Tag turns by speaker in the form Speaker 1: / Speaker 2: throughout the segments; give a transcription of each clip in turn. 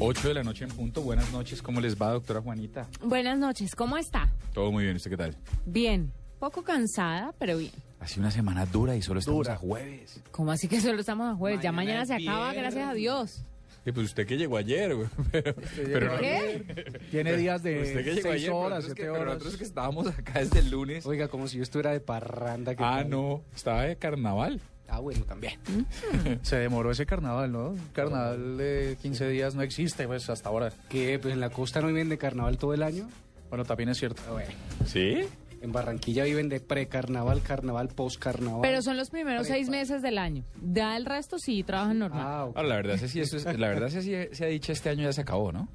Speaker 1: 8 de la noche en punto. Buenas noches. ¿Cómo les va, doctora Juanita?
Speaker 2: Buenas noches, ¿cómo está?
Speaker 1: Todo muy bien. ¿Usted qué tal?
Speaker 2: Bien, poco cansada, pero bien.
Speaker 1: Ha sido una semana dura y solo estamos a jueves.
Speaker 2: ¿Cómo así que solo estamos a jueves? ya mañana se acaba, gracias a Dios.
Speaker 1: Sí, pues usted que llegó ayer, güey. Pero, pero no-
Speaker 2: ¿Qué?
Speaker 3: Tiene días
Speaker 1: usted que
Speaker 3: de
Speaker 1: llegó
Speaker 3: 6
Speaker 1: ayer,
Speaker 3: horas,
Speaker 1: pero nosotros que-
Speaker 3: 7
Speaker 1: pero
Speaker 3: horas.
Speaker 1: nosotros que estábamos acá desde el lunes.
Speaker 3: Oiga, como si yo estuviera de parranda. que
Speaker 1: Ah,
Speaker 3: tal.
Speaker 1: no, estaba de carnaval.
Speaker 3: Ah, bueno, también. ¿Mm?
Speaker 4: Se demoró ese carnaval, ¿no? Un Carnaval de 15 días no existe, pues, hasta ahora.
Speaker 3: ¿Qué? Pues en la costa no viven de carnaval todo el año.
Speaker 4: Bueno, también es cierto.
Speaker 3: Ah, bueno.
Speaker 1: ¿Sí?
Speaker 3: En Barranquilla viven de precarnaval, carnaval, postcarnaval.
Speaker 2: Pero son los primeros seis meses del año. Da el resto, sí, trabajan normal.
Speaker 3: Ah, ok.
Speaker 1: Ahora, la verdad es que sí, eso es, la verdad es que sí, se ha dicho este año ya se acabó, ¿no?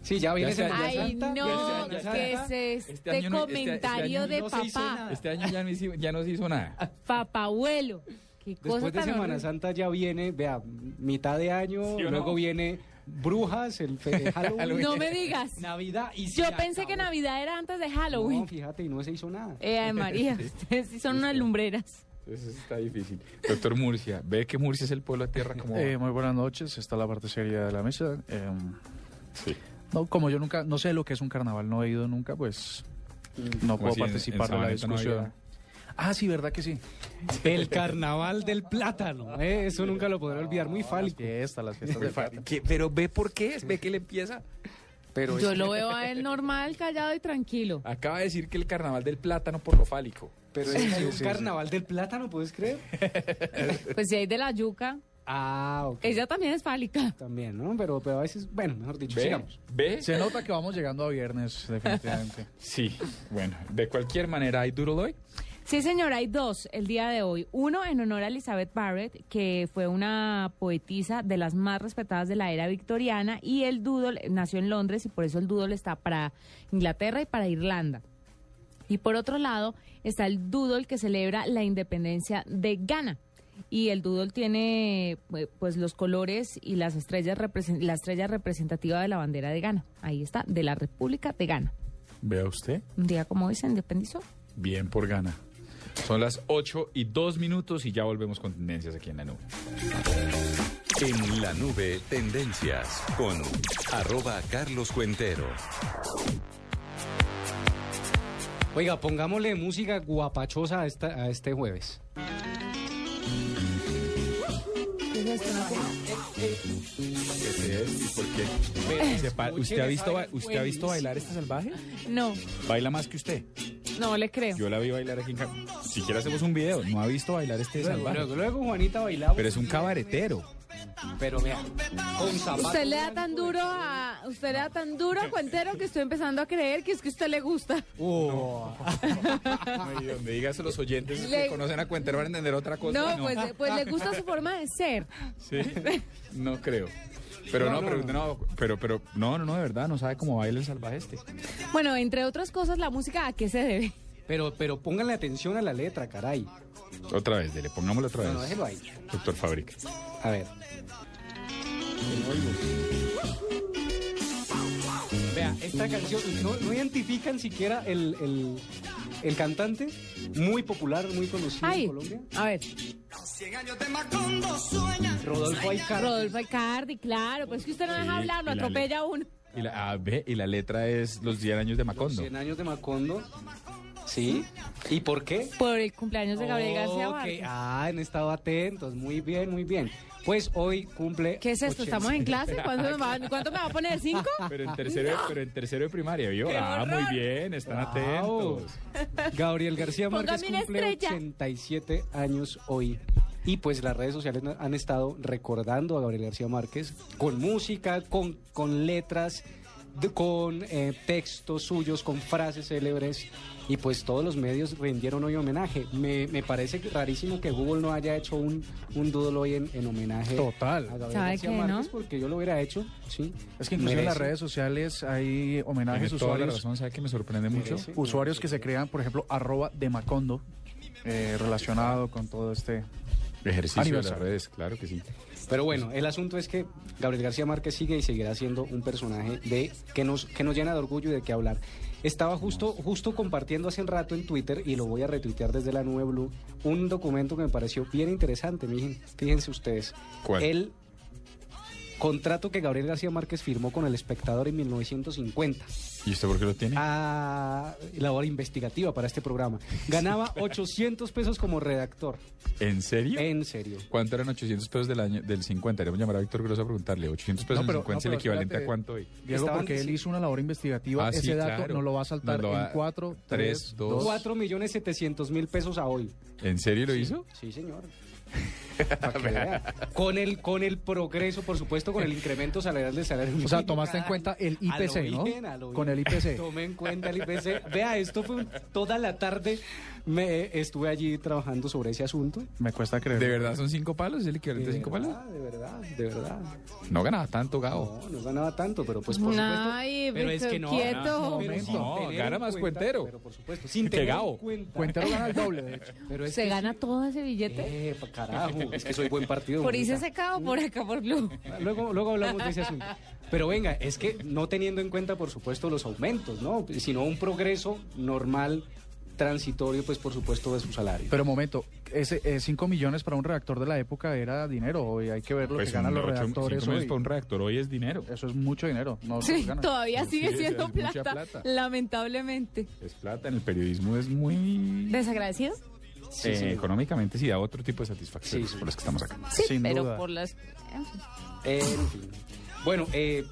Speaker 3: Sí, ya viene
Speaker 1: Ya está-
Speaker 3: Semana
Speaker 2: Ay,
Speaker 3: Santa,
Speaker 2: no,
Speaker 3: viene Semana
Speaker 2: que
Speaker 3: Santa.
Speaker 2: es este,
Speaker 1: Este año no- este- este
Speaker 2: comentario
Speaker 1: año
Speaker 2: de
Speaker 3: no se hizo
Speaker 2: papá,
Speaker 3: nada.
Speaker 1: Este año ya no, hizo- ya no se hizo nada.
Speaker 2: papabuelo. Qué cosa
Speaker 3: Después de
Speaker 2: tan
Speaker 3: Semana
Speaker 2: horrible.
Speaker 3: Santa ya viene, vea, mitad de año,
Speaker 1: ¿Sí o no?
Speaker 3: luego viene Brujas, el fe- Halloween.
Speaker 2: No me digas.
Speaker 3: Navidad y se
Speaker 2: Yo pensé
Speaker 3: acabó.
Speaker 2: que Navidad era antes de
Speaker 3: No,
Speaker 2: Halloween.
Speaker 3: fíjate, y no se hizo nada.
Speaker 2: Eh, ay, María, ustedes sí son unas lumbreras.
Speaker 1: Entonces está difícil. Doctor Murcia, ve que Murcia es el pueblo a tierra como...
Speaker 4: Eh, muy buenas noches, está la parte seria de la mesa. Eh,
Speaker 1: Sí.
Speaker 4: no, como yo nunca, no sé lo que es un carnaval, no he ido nunca, pues
Speaker 3: Mm.
Speaker 4: no
Speaker 1: Como
Speaker 4: puedo
Speaker 1: así, en- en
Speaker 4: participar de la
Speaker 1: Sabaneta no
Speaker 4: discusión.
Speaker 1: había-
Speaker 4: ah, sí, ¿verdad que sí?
Speaker 3: El carnaval del plátano. eh, eso nunca lo podré olvidar.
Speaker 1: Ah,
Speaker 3: Muy
Speaker 4: Las
Speaker 3: fálico.
Speaker 4: fiestas, las fiestas de plata.
Speaker 1: ¿Qué? Pero ve por qué, es, ve que le empieza.
Speaker 3: Pero
Speaker 2: Yo
Speaker 3: es-
Speaker 2: lo veo a él normal, callado y tranquilo.
Speaker 1: Acaba de decir que el carnaval del plátano por lo fálico.
Speaker 3: Pero es un carnaval del plátano, ¿puedes creer?
Speaker 2: Pues si hay de la yuca,
Speaker 3: Ah, ok.
Speaker 2: ella también es fálica.
Speaker 3: También, ¿no? Pero, pero a veces, bueno, mejor dicho,
Speaker 1: ¿Ve?
Speaker 3: sigamos.
Speaker 1: ¿Ve?
Speaker 4: Se nota que vamos llegando a viernes, definitivamente.
Speaker 1: Sí, bueno, de cualquier manera, ¿hay Doodle hoy?
Speaker 2: Sí, señora, hay dos el día de hoy. Uno en honor a Elizabeth Barrett, que fue una poetisa de las más respetadas de la era victoriana, y el doodle eh, nació en Londres y por eso el doodle está para Inglaterra y para Irlanda. Y por otro lado está el doodle que celebra la independencia de Ghana. Y el doodle tiene eh, pues los colores y las estrellas represen- la estrella representativa de la bandera de Ghana. Ahí está, de la República de Ghana.
Speaker 1: Vea usted,
Speaker 2: Un día como hoy se independizó.
Speaker 1: bien por gana. Son las 8 y 2 minutos y ya volvemos con tendencias aquí en la nube.
Speaker 5: En la nube, tendencias con arroba Carlos Cuentero.
Speaker 3: Oiga, pongámosle música guapachosa a, esta- a este jueves.
Speaker 1: Sepa- ¿Usted, ha visto, ba- ¿Usted ha visto bailar este salvaje?
Speaker 2: No,
Speaker 1: Baila más que usted.
Speaker 2: no le creo.
Speaker 1: Yo la vi bailar aquí en Ca- Siquiera hacemos un video. No ha visto bailar este
Speaker 3: Luego,
Speaker 1: salvaje.
Speaker 3: luego, luego Juanita bailaba.
Speaker 1: Pero es un cabaretero.
Speaker 3: Pero vea, con zapatos.
Speaker 2: Usted le da tan duro a usted le da tan duro a Cuentero que estoy empezando a creer que es que a usted le gusta.
Speaker 3: Oh,
Speaker 1: Y donde digas a los oyentes
Speaker 2: Le-
Speaker 1: que conocen a Cuentero van a entender otra cosa.
Speaker 2: No, pues, eh, pues le gusta su forma de ser.
Speaker 1: ¿Sí? No creo. Pero no,
Speaker 3: No,
Speaker 1: pero
Speaker 3: no.
Speaker 1: no, pero, pero, no, no, no, de verdad, no sabe cómo baila el salvaje este.
Speaker 2: Bueno, entre otras cosas, la música a qué se debe.
Speaker 3: Pero, pero pónganle atención a la letra, caray.
Speaker 1: Otra vez, dele, pongámoslo otra
Speaker 3: No,
Speaker 1: vez.
Speaker 3: no, déjelo ahí.
Speaker 1: Doctor Fabric.
Speaker 3: A ver. Vea, esta canción, ¿no, no identifican siquiera el, el, el cantante? Muy popular, muy conocido en
Speaker 2: Ay,
Speaker 3: Colombia.
Speaker 2: a ver,
Speaker 3: Rodolfo Aicardi.
Speaker 2: Rodolfo Icardi, claro, pues es que usted no deja
Speaker 1: Sí,
Speaker 2: hablar, lo
Speaker 1: y la
Speaker 2: atropella a uno.
Speaker 1: Y la, ah, ve, y la letra es Los 10 años de
Speaker 3: Los
Speaker 1: Macondo.
Speaker 3: 100 años de Macondo. ¿Sí? ¿Y por qué?
Speaker 2: Por el cumpleaños de Gabriel García
Speaker 3: Ok,
Speaker 2: Márquez.
Speaker 3: Ah, han estado atentos. Muy bien, muy bien. Pues hoy cumple. Ah,
Speaker 2: ¿Qué es esto?
Speaker 3: 80.
Speaker 2: ¿Estamos en clase? ¿Cuánto me va, cuánto me va a poner? ¿Cinco?
Speaker 1: Pero en tercero, pero en tercero de primaria, ¿vio?
Speaker 2: ¡Qué
Speaker 1: Ah,
Speaker 2: horror!
Speaker 1: muy bien, están
Speaker 3: Wow.
Speaker 1: atentos.
Speaker 3: Gabriel García Márquez
Speaker 2: Póngame una
Speaker 3: cumple
Speaker 2: estrella.
Speaker 3: 87 años hoy. Y pues las redes sociales na- han estado recordando a Gabriel García Márquez con música, con, con letras. de- con eh, textos suyos, con frases célebres. Y pues todos los medios rindieron hoy homenaje. Me, me parece que- rarísimo que Google no haya hecho un, un doodle hoy en, en homenaje
Speaker 4: Total.
Speaker 3: a Gabriel
Speaker 2: ¿Sabe
Speaker 3: García
Speaker 2: qué, no?
Speaker 3: Márquez, porque yo lo hubiera hecho, sí.
Speaker 4: Es que incluso en las
Speaker 3: Merece.
Speaker 4: redes sociales hay homenajes
Speaker 1: Tienes toda la
Speaker 4: usuarios,
Speaker 1: razón, ¿sabe que me sorprende mucho?
Speaker 3: Merece.
Speaker 4: usuarios que se crean, por ejemplo, arroba de Macondo, eh, relacionado con todo este...
Speaker 1: Ejercicio de las
Speaker 4: Aniversario.
Speaker 1: redes, claro que sí.
Speaker 3: Pero bueno, el asunto es que Gabriel García Márquez sigue y seguirá siendo un personaje de que nos, que nos llena de orgullo y de qué hablar. Estaba justo, justo compartiendo hace un rato en Twitter, y lo voy a retuitear desde la nube Blue, un documento que me pareció bien interesante, miren, fíjense ustedes.
Speaker 1: ¿Cuál?
Speaker 3: El contrato que Gabriel García Márquez firmó con El Espectador en 1950.
Speaker 1: ¿Y usted por qué lo tiene?
Speaker 3: Ah, labor investigativa para este programa. Ganaba 800 pesos como redactor.
Speaker 1: ¿En serio?
Speaker 3: En serio.
Speaker 1: ¿Cuánto eran 800 pesos del año del 50? Iremos a llamar a Víctor Grosso a preguntarle. 800 pesos
Speaker 4: No, pero-
Speaker 1: en 50 es Pues el
Speaker 4: no, pero
Speaker 1: equivalente a
Speaker 4: espérate.
Speaker 1: cuánto hoy.
Speaker 4: Diego,
Speaker 3: Estaban-
Speaker 4: porque él hizo una labor investigativa,
Speaker 1: Ah,
Speaker 4: ese
Speaker 1: sí,
Speaker 4: dato
Speaker 1: claro.
Speaker 4: no lo va a saltar
Speaker 1: Nos lo va-
Speaker 4: en 4,
Speaker 1: tres,
Speaker 4: 3,
Speaker 1: dos.
Speaker 4: 2...
Speaker 3: 4 millones 700 mil pesos a hoy.
Speaker 1: ¿En serio lo hizo?
Speaker 3: Sí, señor. Pa' que vea. con el con el progreso, por supuesto, con el incremento salarial del salario
Speaker 4: O
Speaker 3: mínimo
Speaker 4: sea, tomaste en
Speaker 3: cada
Speaker 4: cuenta
Speaker 3: año.
Speaker 4: el
Speaker 3: A lo
Speaker 4: IPC,
Speaker 3: bien, a lo
Speaker 4: ¿no?
Speaker 3: bien.
Speaker 4: Con el IPC.
Speaker 3: Tomé en cuenta el IPC. Vea, esto fue un- toda la tarde me eh, estuve allí trabajando sobre ese asunto.
Speaker 4: Me cuesta creer.
Speaker 1: ¿De verdad son 5 palos? ¿Es el equivalente a 5 palos?
Speaker 3: verdad, de verdad, de verdad.
Speaker 1: No ganaba tanto, Gao.
Speaker 3: No, no ganaba tanto, pero pues por supuesto.
Speaker 2: Ay,
Speaker 3: pero es
Speaker 2: Víctor,
Speaker 3: que no,
Speaker 2: quieto.
Speaker 3: pero
Speaker 1: momento.
Speaker 3: sin
Speaker 1: No,
Speaker 3: tener
Speaker 1: gana
Speaker 3: en
Speaker 1: más
Speaker 3: cuenta-
Speaker 1: cuentero.
Speaker 3: Pero por supuesto, sin
Speaker 1: Que
Speaker 3: tener en
Speaker 1: Gao.
Speaker 3: cuenta.
Speaker 4: Cuentero gana el doble, de hecho.
Speaker 3: Pero es
Speaker 2: ¿Se
Speaker 3: que
Speaker 2: gana
Speaker 3: sí.
Speaker 2: todo ese billete?
Speaker 3: Eh, pa' carajo, es que soy buen partido.
Speaker 2: ¿Por
Speaker 3: bonita.
Speaker 2: irse secado
Speaker 1: Mm.
Speaker 2: por acá, por Blue?
Speaker 3: Luego, luego hablamos de ese asunto. Pero venga, es que no teniendo en cuenta, por supuesto, los aumentos, ¿no? Sino un progreso normal, transitorio, pues por supuesto, de su salario.
Speaker 4: Pero momento, ese 5 millones para un redactor de la época era dinero hoy, hay que ver lo
Speaker 1: Pues
Speaker 4: que ganan los
Speaker 1: ocho-
Speaker 4: redactores
Speaker 1: cinco
Speaker 4: hoy.
Speaker 1: millones para un reactor hoy es dinero.
Speaker 4: Eso es mucho dinero. No se
Speaker 2: Sí,
Speaker 4: gana.
Speaker 2: todavía
Speaker 1: Sí,
Speaker 2: sigue
Speaker 1: es-
Speaker 2: siendo
Speaker 1: es mucha
Speaker 2: plata,
Speaker 1: plata.
Speaker 2: lamentablemente.
Speaker 1: Es plata, en el periodismo es muy...
Speaker 2: ¿Desagradecido?
Speaker 3: Sí,
Speaker 1: eh,
Speaker 3: sí.
Speaker 1: económicamente sí da otro tipo de satisfacción pues,
Speaker 3: Sí, sí.
Speaker 1: por las que estamos acá.
Speaker 2: Sí,
Speaker 4: Sin
Speaker 2: pero
Speaker 4: duda.
Speaker 2: por las...
Speaker 3: Eh, En fin. Bueno, eh,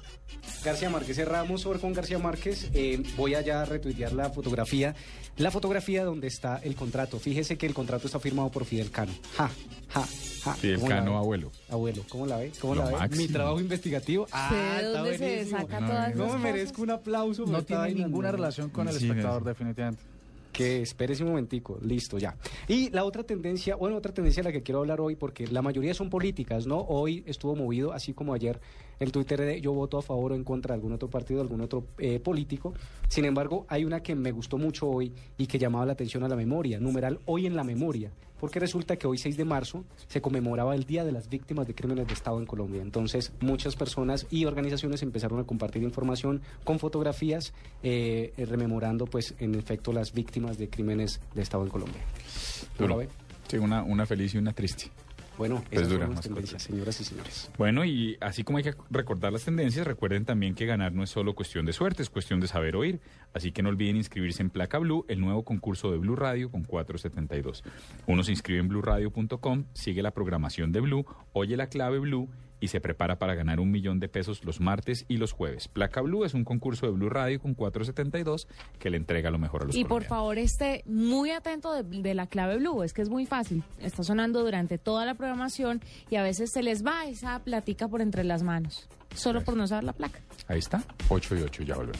Speaker 3: García Márquez, cerramos sobre con García Márquez. Eh, voy allá a retuitear la fotografía. La fotografía donde está el contrato. Fíjese que el contrato está firmado por Fidel Cano. Ja, ja, ja.
Speaker 1: Fidel
Speaker 3: ¿Cómo la
Speaker 1: Cano,
Speaker 3: ve?
Speaker 1: abuelo.
Speaker 3: Abuelo, ¿cómo la ve? ¿Cómo
Speaker 1: Lo
Speaker 3: la ve? Mi
Speaker 1: máximo.
Speaker 3: trabajo investigativo. Ah,
Speaker 2: ¿De
Speaker 3: está
Speaker 2: dónde se
Speaker 3: buenísimo.
Speaker 2: saca todas esas
Speaker 3: No me
Speaker 2: cosas?
Speaker 3: merezco un aplauso.
Speaker 4: No
Speaker 3: pero está
Speaker 4: tiene
Speaker 3: bailando.
Speaker 4: ninguna relación con el
Speaker 1: Sí,
Speaker 4: espectador,
Speaker 1: eso.
Speaker 4: definitivamente.
Speaker 3: Que espere un momentico, listo, ya. Y la otra tendencia, bueno, otra tendencia de la que quiero hablar hoy, porque la mayoría son políticas, ¿no? Hoy estuvo movido, así como ayer, el Twitter de yo voto a favor o en contra de algún otro partido, algún otro eh, político. Sin embargo, hay una que me gustó mucho hoy y que llamaba la atención a la memoria, numeral hoy en la memoria, porque resulta que hoy 6 de marzo se conmemoraba el Día de las Víctimas de Crímenes de Estado en Colombia. Entonces, muchas personas y organizaciones empezaron a compartir información con fotografías eh, eh, rememorando, pues, en efecto, las víctimas de crímenes de Estado en Colombia. ¿Cómo la
Speaker 1: Duro.
Speaker 3: ve?
Speaker 1: Sí, una, una feliz y una triste.
Speaker 3: Bueno,
Speaker 1: Pues
Speaker 3: esas
Speaker 1: dura,
Speaker 3: fueron las
Speaker 1: más
Speaker 3: tendencias, señoras y señores.
Speaker 1: Bueno, y así como hay que recordar las tendencias, recuerden también que ganar no es solo cuestión de suerte, es cuestión de saber oír. Así que no olviden inscribirse en Placa Blue, el nuevo concurso de Blue Radio con 472. Uno se inscribe en bluradio.com, sigue la programación de Blue, oye la clave Blue y se prepara para ganar un millón de pesos los martes y los jueves. Placa Blue es un concurso de Blue Radio con 472 que le entrega lo mejor a los
Speaker 2: Y por
Speaker 1: colombianos.
Speaker 2: favor esté muy atento de, de la clave Blue, es que es muy fácil. Está sonando durante toda la programación y a veces se les va esa platica por entre las manos, solo por no saber la placa.
Speaker 1: Ahí está, 8 y 8, ya volvemos.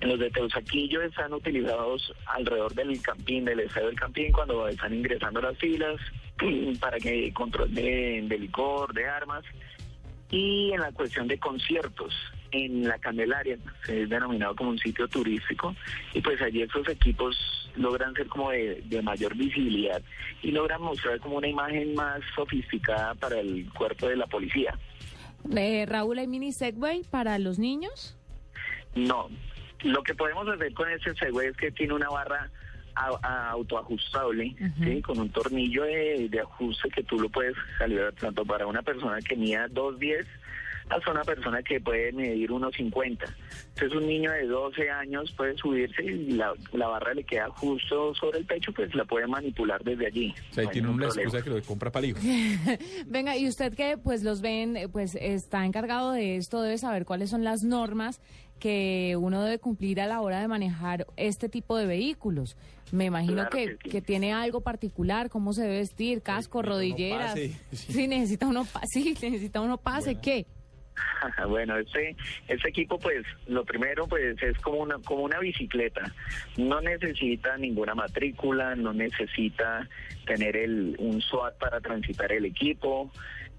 Speaker 6: En los de Teusaquillo están utilizados alrededor del Campín, del estadio del Campín, cuando están ingresando las filas para que control de, de licor, de armas. Y en la cuestión de conciertos, en la Candelaria, que es denominado como un sitio turístico, y pues allí estos equipos logran ser como de, de mayor visibilidad y logran mostrar como una imagen más sofisticada para el cuerpo de la policía.
Speaker 2: Eh, Raúl, ¿hay mini Segway para los niños?
Speaker 6: No, lo que podemos hacer con este Segway es que tiene una barra a- a- autoajustable,
Speaker 2: Ujú.
Speaker 6: ¿sí? con un tornillo de, de ajuste que tú lo puedes calibrar tanto para una persona que mida 2.10 hasta una persona que puede medir 1.50. Entonces un niño de 12 años puede subirse y la, la barra le queda justo sobre el pecho, pues la puede manipular desde allí.
Speaker 1: O
Speaker 6: No
Speaker 1: sea, ahí
Speaker 6: hay
Speaker 1: tiene
Speaker 6: ningún
Speaker 1: una
Speaker 6: problema.
Speaker 1: excusa que lo compra para el hijo.
Speaker 2: Venga, y usted que pues los ven, eh, pues está encargado de esto, debe saber cuáles son las normas que uno debe cumplir a la hora de manejar este tipo de vehículos. Me imagino
Speaker 6: Claro
Speaker 2: que,
Speaker 6: que sí.
Speaker 2: que tiene algo particular, cómo se debe vestir, casco, rodilleras.
Speaker 1: pase, sí.
Speaker 2: Sí, necesita uno, pa- sí, necesita uno pase, ¿qué?
Speaker 6: bueno, este, este equipo, pues, lo primero, pues, es como una, como una bicicleta. No necesita ninguna matrícula, no necesita tener el, un SWAT para transitar el equipo,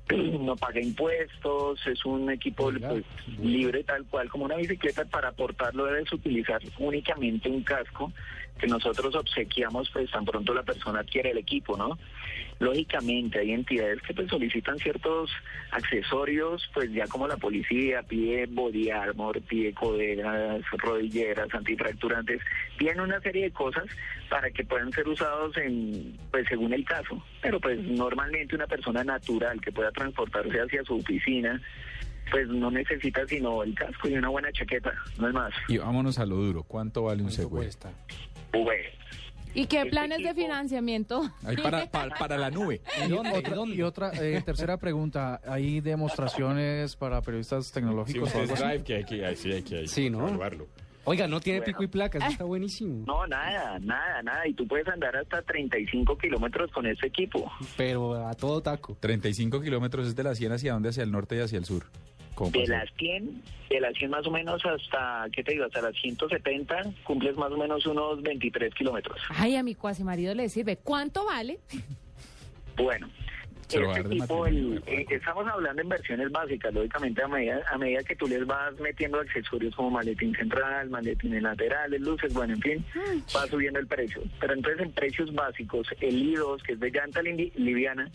Speaker 6: no paga impuestos, es un equipo pues, libre tal cual como una bicicleta. Para aportarlo debes utilizar únicamente un casco que nosotros obsequiamos, pues, tan pronto la persona adquiere el equipo, ¿no? Lógicamente hay entidades que pues, solicitan ciertos accesorios, pues ya como la policía pide body armor, pide coderas, rodilleras, antifracturantes, piden una serie de cosas para que puedan ser usados en, pues según el caso. Pero pues normalmente una persona natural que pueda pueda transportarse hacia su oficina, pues no necesita sino el casco y una buena chaqueta, no es más.
Speaker 1: Y vámonos a lo duro. ¿Cuánto vale un Segway?
Speaker 6: Uber.
Speaker 2: ¿Y qué planes de financiamiento?
Speaker 1: Ahí para, para, para la nube.
Speaker 4: Y otra, y otra, eh, tercera pregunta, ¿hay demostraciones para periodistas
Speaker 1: Si
Speaker 4: tecnológicos? o
Speaker 1: usted
Speaker 4: algo
Speaker 1: es
Speaker 4: así?
Speaker 1: drive, que hay que, hay- sí, hay que hay
Speaker 3: Sí,
Speaker 1: que
Speaker 3: ¿no?
Speaker 1: evaluarlo.
Speaker 3: Oiga, no tiene
Speaker 6: Bueno.
Speaker 3: pico y placas, está buenísimo.
Speaker 6: No, nada, nada, nada. Y tú puedes andar hasta 35 kilómetros con ese equipo.
Speaker 3: Pero a todo taco.
Speaker 1: 35 kilómetros es de la 100 hacia dónde, hacia el norte y hacia el sur. ¿Cómo
Speaker 6: De
Speaker 1: pasó?
Speaker 6: las 100, de las 100 más o menos hasta, ¿qué te digo? Hasta las 170, cumples más o menos unos 23 kilómetros.
Speaker 2: Ay, a mi cuasi marido le sirve. ¿Cuánto vale?
Speaker 6: Bueno,
Speaker 1: Se lo va a
Speaker 6: este
Speaker 1: dar de
Speaker 6: tipo,
Speaker 1: matrimonio,
Speaker 6: el- eh, estamos hablando en versiones básicas, lógicamente a medida, a medida que tú les vas metiendo accesorios como maletín central, maletines laterales, luces, bueno, en fin, va subiendo el precio. Pero entonces en precios básicos, el I2, que es de llanta lindi- liviana,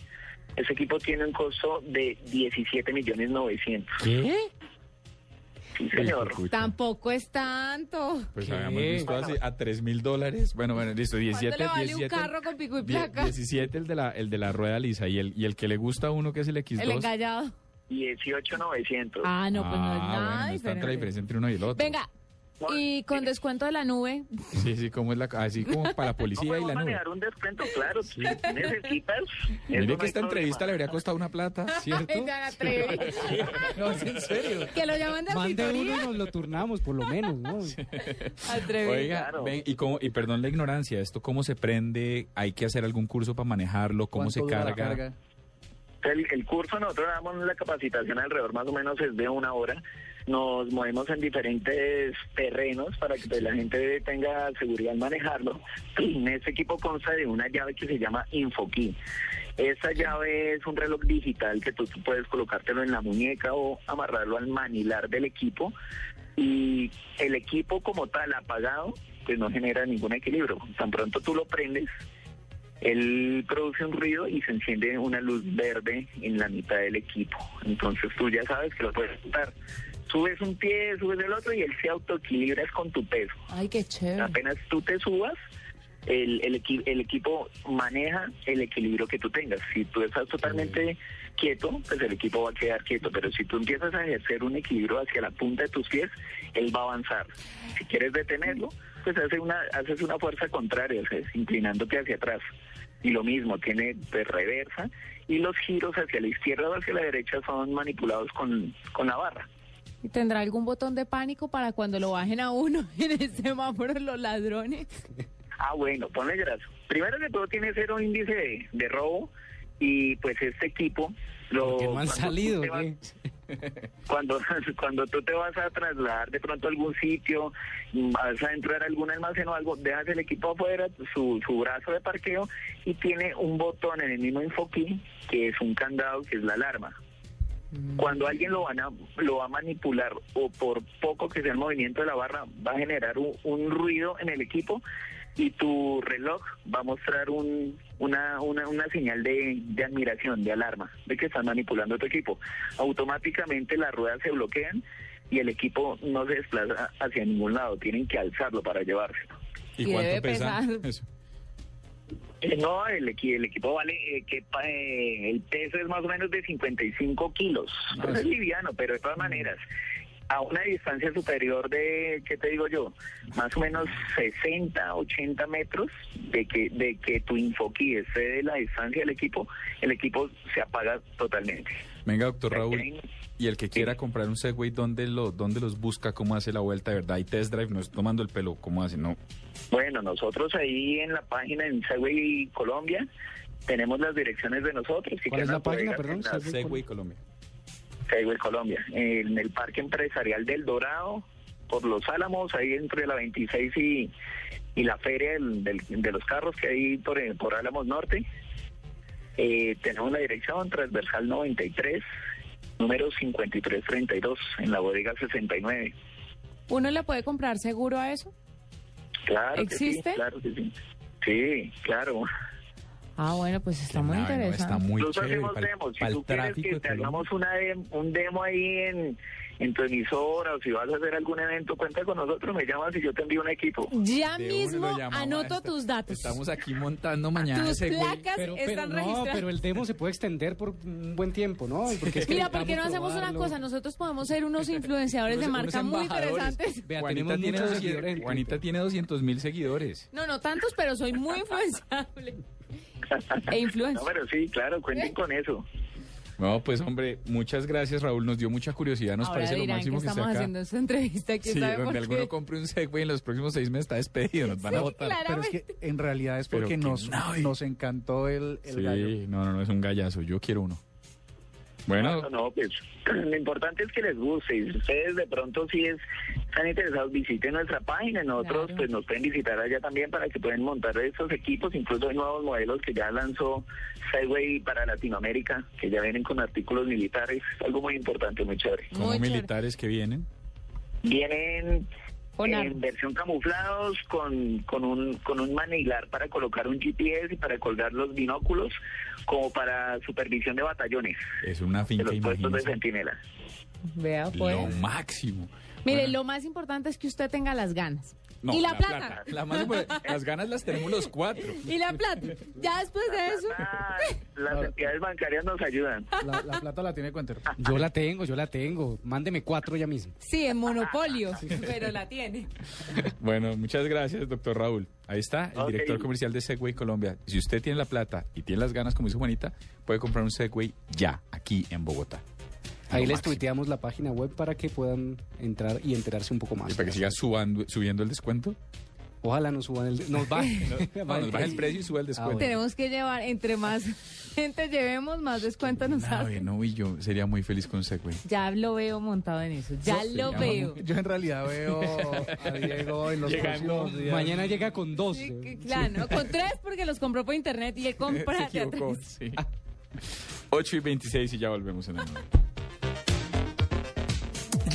Speaker 6: ese equipo tiene un costo de 17 millones 900.
Speaker 1: ¿Qué?
Speaker 6: Sí, señor.
Speaker 2: Tampoco es tanto.
Speaker 1: Pues
Speaker 3: ¿Qué?
Speaker 1: habíamos visto hace a 3 mil dólares. Bueno, bueno, listo. 17,
Speaker 2: ¿Cuánto le vale
Speaker 1: 17,
Speaker 2: un carro con pico y
Speaker 1: die-
Speaker 2: placa?
Speaker 1: 17 el de la, el de la rueda lisa y el, y el que le gusta a uno que es el X2.
Speaker 2: El engallado.
Speaker 6: 18,900.
Speaker 2: Ah, no, pues no es
Speaker 1: Ah,
Speaker 2: nada
Speaker 1: bueno, no es tanta la
Speaker 2: diferente.
Speaker 1: diferencia entre uno y el otro.
Speaker 2: Venga, y con descuento de la nube,
Speaker 1: Sí, sí, como es la, así como para la
Speaker 6: No
Speaker 1: policía y
Speaker 6: podemos
Speaker 1: la nube.
Speaker 6: manejar un descuento, claro. Si tú necesitas. eso no
Speaker 1: Mire que
Speaker 6: hay
Speaker 1: esta
Speaker 6: problema.
Speaker 1: entrevista le habría costado una plata,
Speaker 2: Ay,
Speaker 1: ¿cierto?
Speaker 2: se van a atrever.
Speaker 4: No, es en serio.
Speaker 2: que lo llaman de
Speaker 3: Mande uno
Speaker 2: auditoría.
Speaker 3: y nos lo turnamos, por lo menos, ¿no?
Speaker 2: Atrevido.
Speaker 1: Oiga,
Speaker 6: claro.
Speaker 1: ven, y, cómo- y perdón la ignorancia, ¿esto cómo se prende? ¿Hay que hacer algún curso para manejarlo? ¿Cómo se
Speaker 4: ¿Cuánto dura
Speaker 1: carga?
Speaker 4: la carga?
Speaker 6: El, el curso nosotros damos la capacitación alrededor más o menos es de una hora. Nos movemos en diferentes terrenos para que pues, la gente tenga seguridad al manejarlo. Este equipo consta de una llave que se llama InfoKey. Esta llave es un reloj digital que tú, tú puedes colocártelo en la muñeca o amarrarlo al manilar del equipo. Y el equipo como tal apagado pues no genera ningún equilibrio. Tan pronto tú lo prendes, él produce un ruido y se enciende una luz verde en la mitad del equipo. Entonces tú ya sabes que lo puedes soltar. Subes un pie, subes el otro y él se autoequilibras con tu peso.
Speaker 2: Ay, qué chévere.
Speaker 6: Apenas tú te subas, el, el, equi- el equipo maneja el equilibrio que tú tengas. Si tú estás totalmente quieto, pues el equipo va a quedar quieto. Pero si tú empiezas a ejercer un equilibrio hacia la punta de tus pies, él va a avanzar. Si quieres detenerlo, pues hace una, haces una fuerza contraria, o sea, es inclinándote hacia atrás. Y lo mismo, tiene de reversa. Y los giros hacia la izquierda o hacia la derecha son manipulados con, con la barra.
Speaker 2: ¿Tendrá algún botón de pánico para cuando lo bajen a uno en el semáforo los ladrones?
Speaker 6: Ah, bueno, ponle graso. Primero que todo tiene cero índice de, de robo y pues este equipo lo
Speaker 3: Porque no han
Speaker 6: cuando tú
Speaker 3: salido,
Speaker 6: te vas-
Speaker 3: ¿qué?
Speaker 6: cuando cuando tú te vas a trasladar de pronto a algún sitio, mm, vas a entrar a algún almacén o algo, dejas el equipo afuera, su, su brazo de parqueo y tiene un botón en el mismo infoquín que es un candado que es la alarma.
Speaker 2: Mm.
Speaker 6: Cuando alguien lo van a lo va a manipular o por poco que sea el movimiento de la barra va a generar un, un ruido en el equipo y tu reloj va a mostrar un, una, una, una señal de, de admiración, de alarma, de que están manipulando tu equipo. Automáticamente las ruedas se bloquean y el equipo no se desplaza hacia ningún lado, tienen que alzarlo para llevárselo.
Speaker 1: ¿Y
Speaker 2: Y
Speaker 1: cuánto
Speaker 2: debe
Speaker 1: pesa?
Speaker 2: pesar.
Speaker 1: Eso.
Speaker 6: Eh, No, el, equi- el equipo vale, eh, que pa- eh, el peso es más o menos de 55 kilos.
Speaker 3: Ah,
Speaker 6: Pues es liviano, pero de
Speaker 3: Mm.
Speaker 6: todas maneras, a una distancia superior de, ¿qué te digo yo? Más o menos 60, 80 metros de que, de que tu infoquí excede la distancia del equipo, el equipo se apaga totalmente.
Speaker 1: Venga, doctor
Speaker 6: Ahí
Speaker 1: Raúl.
Speaker 6: hay-
Speaker 1: Y el que quiera comprar un Segway, ¿dónde, lo, ¿dónde los busca? ¿Cómo hace la vuelta? de ¿Verdad? ¿Y test drive? No es tomando el pelo. ¿Cómo hace? No.
Speaker 6: Bueno, nosotros ahí en la página en Segway Colombia tenemos las direcciones de nosotros. Si
Speaker 3: ¿Cuál es
Speaker 6: quieren
Speaker 3: la página,
Speaker 6: apoyar en
Speaker 3: perdón?
Speaker 6: las-
Speaker 1: Segway Colombia.
Speaker 6: Segway Colombia, en el Parque Empresarial del Dorado, por Los Álamos, ahí entre la 26 y, y la Feria del- del- de los Carros que hay por, por Álamos Norte. Eh, tenemos la dirección transversal 93, número 5332, en la bodega 69.
Speaker 2: ¿Uno le puede comprar seguro a eso?
Speaker 6: Claro Que
Speaker 2: ¿Existe?
Speaker 6: sí, claro que sí. Sí, claro.
Speaker 2: Ah, bueno, pues está muy
Speaker 1: Nave, ¿no?
Speaker 2: interesante.
Speaker 1: Está muy
Speaker 6: Nosotros
Speaker 1: chévere.
Speaker 6: hacemos
Speaker 1: pa'l-
Speaker 6: demos. Si
Speaker 1: pa'l
Speaker 6: tú quieres
Speaker 1: tráfico de
Speaker 6: que te
Speaker 1: Colombia.
Speaker 6: hagamos una dem- un demo ahí en, en tu emisora o si vas a hacer algún evento, cuenta con nosotros, me llamas y yo te envío un equipo.
Speaker 2: Ya
Speaker 6: De una
Speaker 2: mismo
Speaker 6: lo llamaba
Speaker 2: anoto
Speaker 1: este.
Speaker 6: esta.
Speaker 2: tus datos.
Speaker 6: Estamos
Speaker 4: aquí montando mañana
Speaker 2: Tus ese güey. placas están
Speaker 3: No,
Speaker 2: registradas.
Speaker 3: pero el demo se puede extender por un buen tiempo, ¿no? Porque es que
Speaker 2: Mira, ¿por qué no
Speaker 3: necesitamos
Speaker 2: hacemos una
Speaker 3: probarlo.
Speaker 2: cosa? Nosotros podemos ser unos influenciadores de marca muy interesantes.
Speaker 3: Vea,
Speaker 1: Juanita
Speaker 3: tenemos
Speaker 1: tiene,
Speaker 3: muchos
Speaker 1: 200
Speaker 3: seguidores en
Speaker 1: Juanita tiene 200 mil seguidores.
Speaker 2: No, no tantos, pero soy muy influenciable. E influencia.
Speaker 6: No, pero sí, claro,
Speaker 2: Eh.
Speaker 6: cuenten con eso.
Speaker 1: No, pues hombre, muchas gracias Raúl, nos dio mucha curiosidad, nos
Speaker 2: Ahora
Speaker 1: parece lo
Speaker 2: dirán que
Speaker 1: máximo que,
Speaker 2: estamos
Speaker 1: está acá.
Speaker 2: haciendo esta entrevista. ¿Quién
Speaker 1: Sí,
Speaker 2: sabe por
Speaker 1: donde
Speaker 2: qué?
Speaker 1: alguno compre un Segway en los próximos seis meses está despedido, nos van a
Speaker 2: Sí,
Speaker 1: votar.
Speaker 4: Pero es que en realidad es
Speaker 1: Pero
Speaker 4: porque
Speaker 1: qué
Speaker 4: nos, nos encantó el, el
Speaker 1: sí,
Speaker 4: gallo.
Speaker 1: no, no, no, es un gallazo, yo quiero uno. Bueno,
Speaker 6: No, no, pues lo importante es que les guste. Y si ustedes de pronto si es, están interesados, visiten nuestra página. Nosotros pues nos pueden visitar allá también para que pueden montar estos equipos. Incluso hay nuevos modelos que ya lanzó Segway para Latinoamérica, que ya vienen con artículos militares. Algo muy importante, muy chévere.
Speaker 1: como militares que vienen.
Speaker 6: Vienen
Speaker 2: Con
Speaker 6: en
Speaker 2: armas.
Speaker 6: versión camuflados, con, con, un, con un manilar para colocar un GPS y para colgar los binóculos, como para supervisión de batallones,
Speaker 1: Es una
Speaker 6: de
Speaker 1: finca,
Speaker 6: los puestos de
Speaker 1: imagínense.
Speaker 6: centinelas.
Speaker 2: Vea, pues.
Speaker 1: Lo máximo.
Speaker 2: Mire, lo más importante es que usted tenga las ganas.
Speaker 1: No,
Speaker 2: y la, plata.
Speaker 1: La más importante, las ganas las tenemos los cuatro.
Speaker 2: Y la plata. Ya después de eso.
Speaker 6: Las entidades bancarias nos ayudan.
Speaker 4: La, la plata la tiene Cuenter.
Speaker 3: Yo la tengo, yo la tengo. Mándeme cuatro ya mismo.
Speaker 2: Sí, en monopolio, pero la tiene.
Speaker 1: Bueno, muchas gracias, doctor Raúl. Ahí está, el
Speaker 6: Ok.
Speaker 1: director comercial de Segway Colombia. Si usted tiene la plata y tiene las ganas, como dice Juanita, puede comprar un Segway ya, aquí en Bogotá.
Speaker 3: Ahí
Speaker 1: Lo
Speaker 3: les
Speaker 1: máximo.
Speaker 3: tuiteamos la página web para que puedan entrar y enterarse un poco más.
Speaker 1: Y para que siga subando, subiendo el descuento.
Speaker 3: Ojalá nos suban el... Nos baje. Ah,
Speaker 1: No, nos baja el precio y suba el
Speaker 4: Ah,
Speaker 1: descuento.
Speaker 2: Tenemos que llevar, entre más gente llevemos, más descuento nos
Speaker 1: Ah,
Speaker 2: hace.
Speaker 1: bien, no, y yo sería muy feliz con Segway.
Speaker 2: Ya lo veo montado en eso. Ya
Speaker 1: Yo-
Speaker 2: lo
Speaker 1: Sería
Speaker 2: veo.
Speaker 4: Yo en realidad veo a Diego en los
Speaker 1: Llegando.
Speaker 4: próximos días.
Speaker 3: Mañana llega con dos.
Speaker 2: Claro, ¿no? con tres porque los compró por internet y él compra
Speaker 1: Se
Speaker 2: de a
Speaker 1: equivocó,
Speaker 2: tres.
Speaker 1: sí. 8 y 26 y ya volvemos en el nueve.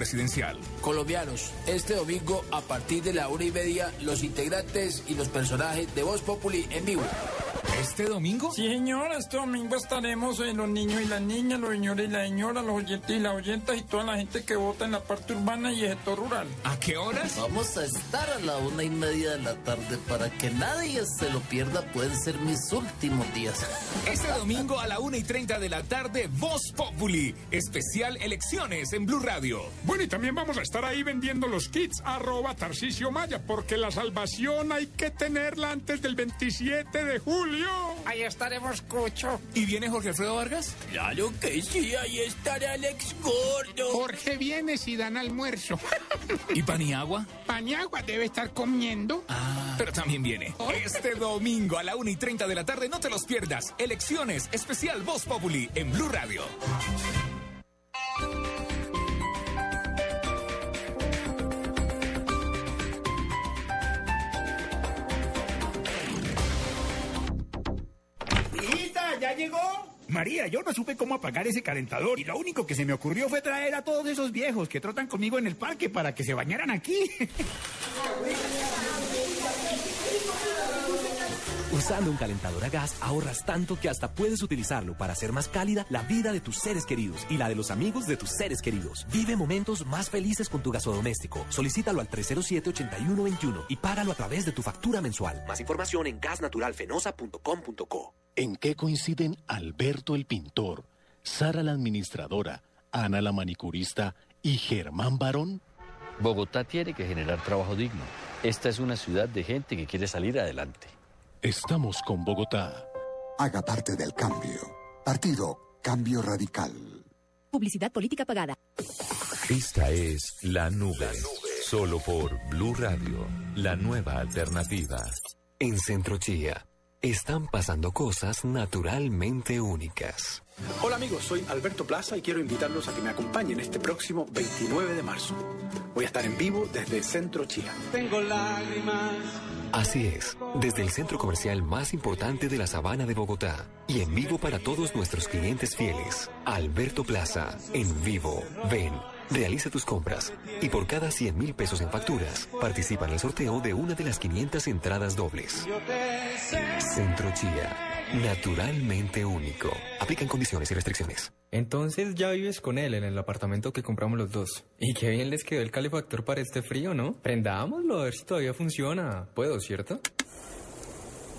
Speaker 7: presidencial.
Speaker 8: Colombianos, este domingo a partir de la una y media, los integrantes y los personajes de Voz Populi en vivo.
Speaker 7: ¿Este domingo? Sí, señor, este domingo estaremos en los niños y las niñas, los señores y las señoras, los oyentes y las oyentas y toda la gente que vota en la parte urbana y el sector rural.
Speaker 8: ¿A qué horas? Vamos a estar a la una y media de la tarde para que nadie se lo pierda. Pueden ser mis últimos días.
Speaker 7: Este domingo a la 1 y 30 de la tarde, Voz Populi, especial elecciones en Blue Radio. Bueno, y también vamos a estar ahí vendiendo los kits, arroba Tarcisio Maya, porque la salvación hay que tenerla antes del 27 de julio. Ahí estaremos, Cucho. ¿Y viene Jorge Alfredo Vargas?
Speaker 8: Claro que sí, ahí estará Alex Gordo.
Speaker 7: Jorge viene si dan almuerzo. ¿Y Paniagua? Paniagua debe estar comiendo.
Speaker 1: Ah,
Speaker 7: Pero también viene. Este domingo a la 1 y 30 de la tarde, no te los pierdas. Elecciones, especial Voz Populi en Blue Radio.
Speaker 9: ¡Hijita, ya llegó! María, yo no supe cómo apagar ese calentador y lo único que se me ocurrió fue traer a todos esos viejos que trotan conmigo en el parque para que se bañaran aquí.
Speaker 10: Usando un calentador a gas ahorras tanto que hasta puedes utilizarlo para hacer más cálida la vida de tus seres queridos y la de los amigos de tus seres queridos. Vive momentos más felices con tu gasodoméstico. Solicítalo al 307-8121 y págalo a través de tu factura mensual. Más información en gasnaturalfenosa.com.co.
Speaker 11: ¿En qué coinciden Alberto el pintor, Sara la administradora, Ana la manicurista y Germán Barón?
Speaker 12: Bogotá tiene que generar trabajo digno. Esta es una ciudad de gente que quiere salir adelante.
Speaker 11: Estamos con Bogotá.
Speaker 13: Haga parte del cambio. Partido Cambio Radical.
Speaker 14: Publicidad política pagada.
Speaker 15: Esta es La Nube. Solo por Blue Radio, la nueva alternativa.
Speaker 10: En Centrochía,
Speaker 16: Están pasando cosas naturalmente únicas.
Speaker 17: Hola amigos, soy Alberto Plaza y quiero invitarlos a que me acompañen este próximo 29 de marzo. Voy a estar en vivo desde Centro Chía.
Speaker 18: Tengo lágrimas.
Speaker 16: Así es, desde el centro comercial más importante de la Sabana de Bogotá y en vivo para todos nuestros clientes fieles. Alberto Plaza, en vivo. Ven, realiza tus compras y por cada 100 mil pesos en facturas, participa en el sorteo de una de las 500 entradas dobles. Centro Chía, naturalmente único. Aplican condiciones y restricciones.
Speaker 3: Entonces ya vives con él en el apartamento que compramos los dos. Y qué bien les quedó el calefactor para este frío, ¿no? Prendámoslo a ver si todavía funciona. Puedo, ¿cierto?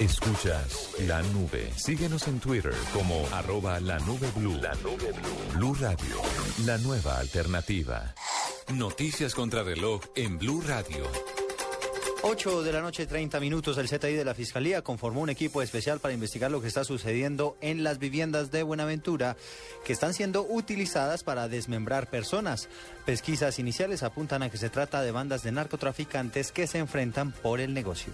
Speaker 16: Escuchas la nube. Síguenos en Twitter como arroba la nube blue. La nube blue. Blue Radio, la nueva alternativa.
Speaker 5: Noticias contra reloj en Blue Radio.
Speaker 19: 8 de la noche, 30 minutos. El CTI de la Fiscalía conformó un equipo especial para investigar lo que está sucediendo en las viviendas de Buenaventura que están siendo utilizadas para desmembrar personas. Pesquisas iniciales apuntan a que se trata de bandas de narcotraficantes que se enfrentan por el negocio.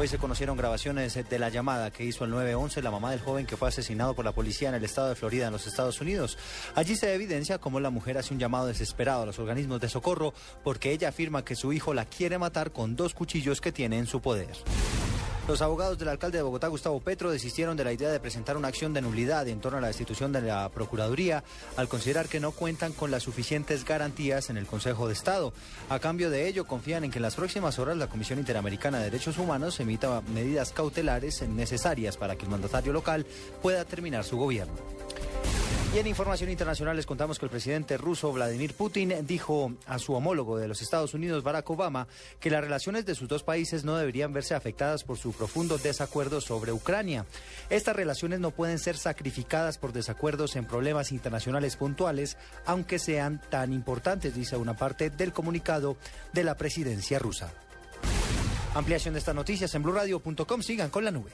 Speaker 19: Hoy se conocieron grabaciones de la llamada que hizo el 911 la mamá del joven que fue asesinado por la policía en el estado de Florida, en los Estados Unidos. Allí se evidencia cómo la mujer hace un llamado desesperado a los organismos de socorro porque ella afirma que su hijo la quiere matar con dos cuchillos que tiene en su poder. Los abogados del alcalde de Bogotá, Gustavo Petro, desistieron de la idea de presentar una acción de nulidad en torno a la destitución de la Procuraduría al considerar que no cuentan con las suficientes garantías en el Consejo de Estado. A cambio de ello, confían en que en las próximas horas la Comisión Interamericana de Derechos Humanos emita medidas cautelares necesarias para que el mandatario local pueda terminar su gobierno. Y en información internacional les contamos que el presidente ruso Vladimir Putin dijo a su homólogo de los Estados Unidos, Barack Obama, que las relaciones de sus dos países no deberían verse afectadas por su profundo desacuerdo sobre Ucrania. Estas relaciones no pueden ser sacrificadas por desacuerdos en problemas internacionales puntuales, aunque sean tan importantes, dice una parte del comunicado de la presidencia rusa. Ampliación de estas noticias en blurradio.com. Sigan con la nube.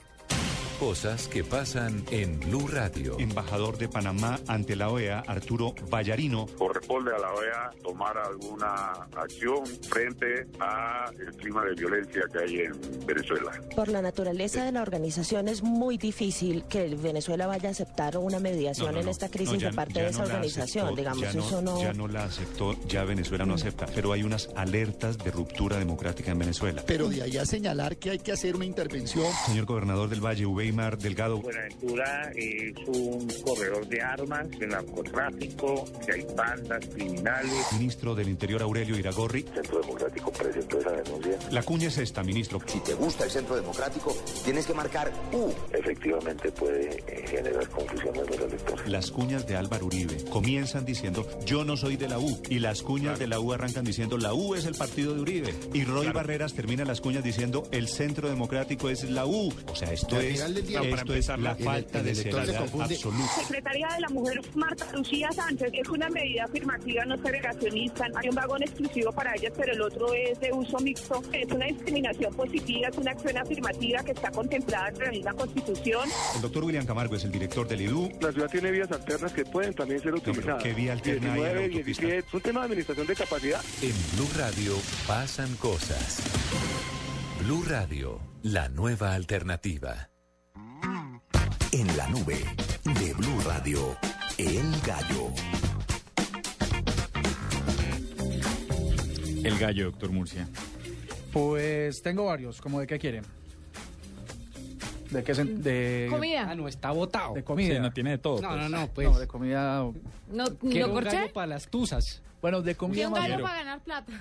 Speaker 5: Cosas que pasan en Blue Radio.
Speaker 20: Embajador de Panamá ante la OEA, Arturo Vallarino.
Speaker 21: Corresponde a la OEA tomar alguna acción frente a el clima de violencia que hay en Venezuela.
Speaker 22: Por la naturaleza de la organización es muy difícil que Venezuela vaya a aceptar una mediación
Speaker 20: No, no,
Speaker 22: en
Speaker 20: no.
Speaker 22: esta crisis
Speaker 20: No, ya-
Speaker 22: de parte
Speaker 20: ya
Speaker 22: de
Speaker 20: no
Speaker 22: esa
Speaker 20: la
Speaker 22: organización,
Speaker 20: aceptó,
Speaker 22: digamos,
Speaker 20: ya no,
Speaker 22: eso no...
Speaker 20: Ya no la aceptó, ya Venezuela no acepta, pero hay unas alertas de ruptura democrática en Venezuela.
Speaker 23: Pero de allá señalar que hay que hacer una intervención.
Speaker 20: Señor gobernador del Valle, Ubeimar Delgado,
Speaker 21: Buenaventura es un corredor de armas, de narcotráfico, que hay bandas criminales.
Speaker 20: ministro del Interior Aurelio Iragorri.
Speaker 21: Centro Democrático presentó esa denuncia.
Speaker 20: La cuña es esta, ministro.
Speaker 21: Si te gusta el Centro Democrático, tienes que marcar U. Efectivamente puede eh, generar confusión en los electores.
Speaker 20: Las cuñas de Álvaro Uribe comienzan diciendo yo no soy de la U y las cuñas de la U arrancan diciendo la U es el partido de Uribe y Roy Barreras termina las cuñas diciendo el Centro Democrático es la U. O sea, esto
Speaker 23: Al
Speaker 20: es,
Speaker 23: final del día, para
Speaker 20: esto es
Speaker 23: empezar,
Speaker 20: la
Speaker 23: el-
Speaker 20: falta
Speaker 23: el
Speaker 20: de
Speaker 23: elector se
Speaker 20: seriedad
Speaker 23: confunde.
Speaker 20: absoluta.
Speaker 24: Secretaria de la Mujer Marta Lucía Sánchez, es una medida afirmativa no segregacionista. Hay un vagón exclusivo para ellas, pero el otro es de uso mixto. Es una discriminación positiva, es una acción afirmativa que está contemplada en la misma Constitución.
Speaker 20: El doctor William Camargo es el director del IDU.
Speaker 25: La ciudad tiene vías alternas que pueden también ser utilizadas.
Speaker 20: ¿qué vía alterna hay a la
Speaker 25: 19,
Speaker 20: autopista?
Speaker 25: 17, es un tema de administración de capacidad.
Speaker 5: En Blue Radio pasan cosas. Blue Radio, la nueva alternativa.
Speaker 16: En la nube de Blue Radio, El Gallo.
Speaker 1: El gallo, doctor Murcia.
Speaker 4: Pues tengo varios, como de qué quieren. ¿De qué? se- De,
Speaker 2: Comida.
Speaker 4: Ah, no, está botado. De comida.
Speaker 1: Sí, no tiene de todo,
Speaker 4: No,
Speaker 1: pues.
Speaker 4: no, no, pues. de comida.
Speaker 2: No,
Speaker 4: Quiero
Speaker 2: ¿Lo
Speaker 4: un
Speaker 2: corché?
Speaker 4: gallo para las tuzas. Bueno, de
Speaker 2: Y
Speaker 4: comida
Speaker 2: un
Speaker 4: más
Speaker 2: gallo
Speaker 4: bien.
Speaker 2: para ganar plata.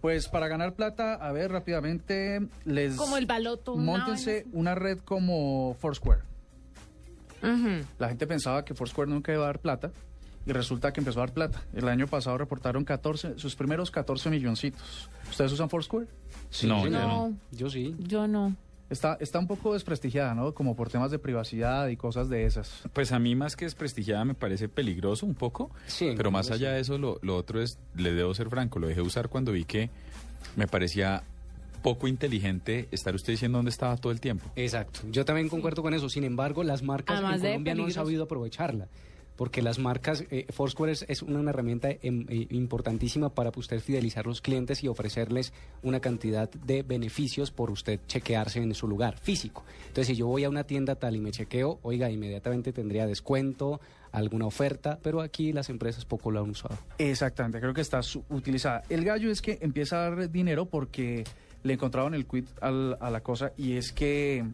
Speaker 4: Pues para ganar plata, a ver, rápidamente les...
Speaker 2: Como el baloto. una
Speaker 4: Móntense una red como Foursquare. La gente pensaba que Foursquare nunca iba a dar plata y resulta que empezó a dar plata. El año pasado reportaron 14, sus primeros 14 milloncitos. ¿Ustedes usan Foursquare?
Speaker 2: Sí, No, yo no. no.
Speaker 4: Yo sí.
Speaker 2: Yo no.
Speaker 4: Está, está un poco desprestigiada, ¿no? Como por temas de privacidad y cosas de esas.
Speaker 1: Pues a mí más que desprestigiada me parece peligroso un poco, pero más allá de eso, lo, lo otro es, le debo ser franco, lo dejé usar cuando vi que me parecía poco inteligente estar usted diciendo dónde estaba todo el tiempo.
Speaker 3: Exacto. Yo también concuerdo con eso. Sin embargo, las marcas
Speaker 2: Además de
Speaker 3: en Colombia no han
Speaker 2: peligros.
Speaker 3: sabido aprovecharla. Porque las marcas, eh, Foursquare es, es una, una herramienta em, eh, importantísima para usted fidelizar los clientes y ofrecerles una cantidad de beneficios por usted chequearse en su lugar físico. Entonces, si yo voy a una tienda tal y me chequeo, oiga, inmediatamente tendría descuento, alguna oferta, pero aquí las empresas poco lo han usado.
Speaker 4: Exactamente, creo que está su- utilizada. El gallo es que empieza a dar dinero porque le encontraban el quid al- a la cosa y es que,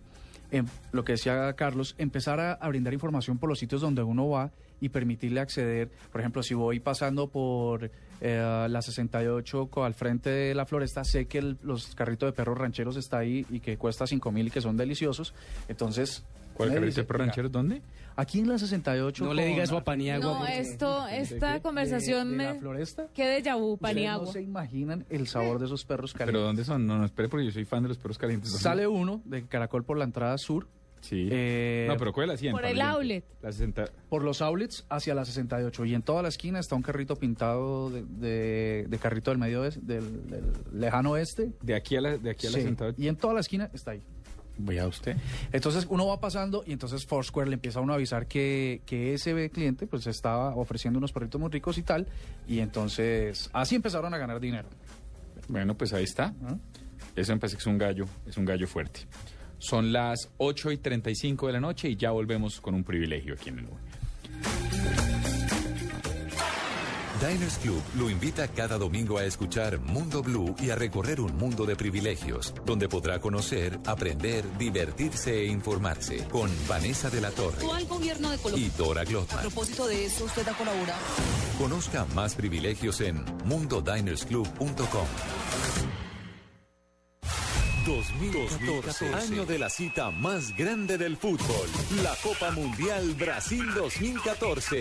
Speaker 4: em, lo que decía Carlos, empezar a, a brindar información por los sitios donde uno va y permitirle acceder. Por ejemplo, si voy pasando por eh, la 68 co- al frente de la floresta, sé que el- los carritos de perros rancheros está ahí y que cuesta 5 mil y que son deliciosos. Entonces...
Speaker 1: ¿Cuál
Speaker 4: me
Speaker 1: carrito
Speaker 4: dice,
Speaker 1: de perros
Speaker 4: mira,
Speaker 1: rancheros? ¿Dónde?
Speaker 4: Aquí en la 68...
Speaker 3: No le diga eso a Paniagua,
Speaker 2: No, esto, esta conversación
Speaker 4: de
Speaker 2: me...
Speaker 4: la floresta.
Speaker 2: Qué déjà vu,
Speaker 4: Ustedes No
Speaker 2: Paniagua.
Speaker 4: se imaginan el sabor de esos perros
Speaker 1: ¿Pero
Speaker 4: calientes.
Speaker 1: dónde son? No, no, espere porque yo soy fan de los perros calientes. también.
Speaker 4: Sale uno de Caracol por la entrada sur.
Speaker 1: Sí.
Speaker 4: eh,
Speaker 1: no, pero ¿cuál es la 100?
Speaker 2: Por el outlet.
Speaker 1: La 60.
Speaker 4: Por los outlets hacia la 68. Y en toda la esquina está un carrito pintado de, de- de carrito del medio oeste- del, del lejano oeste.
Speaker 1: De aquí a la, de aquí a la
Speaker 4: Sí,
Speaker 1: 60.
Speaker 4: Y en toda la esquina está ahí.
Speaker 1: Voy a usted.
Speaker 4: Entonces uno va pasando y entonces Foursquare le empieza a uno a avisar que, que ese cliente pues estaba ofreciendo unos perritos muy ricos y tal. Y entonces así empezaron a ganar dinero.
Speaker 1: Bueno, pues ahí está.
Speaker 3: ¿Ah?
Speaker 1: Eso me parece que es un gallo, es un gallo fuerte. Son las 8 y 35 de la noche y ya volvemos con un privilegio aquí en el Nube.
Speaker 5: Diners Club lo invita cada domingo a escuchar Mundo Blue y a recorrer un mundo de privilegios, donde podrá conocer, aprender, divertirse e informarse con Vanessa de la Torre
Speaker 26: al gobierno de
Speaker 5: y Dora
Speaker 26: A
Speaker 5: Glotman.
Speaker 26: propósito de eso, usted ha colaborado.
Speaker 5: Conozca más privilegios en mundodinersclub.com. 2014, año de la cita más grande del fútbol, la Copa Mundial Brasil 2014.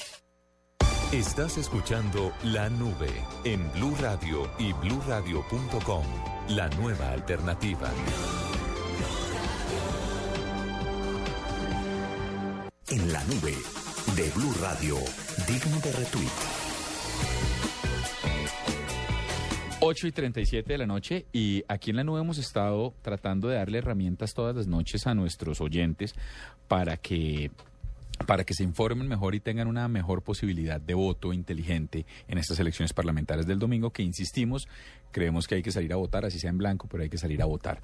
Speaker 5: Estás escuchando La Nube en Blue Radio y bluradio.com, la nueva alternativa.
Speaker 27: En la nube de Blue Radio, digno de retweet.
Speaker 1: 8 y 37 de la noche y aquí en la nube hemos estado tratando de darle herramientas todas las noches a nuestros oyentes para que para que se informen mejor y tengan una mejor posibilidad de voto inteligente en estas elecciones parlamentarias del domingo que insistimos, creemos que hay que salir a votar, así sea en blanco, pero hay que salir a votar.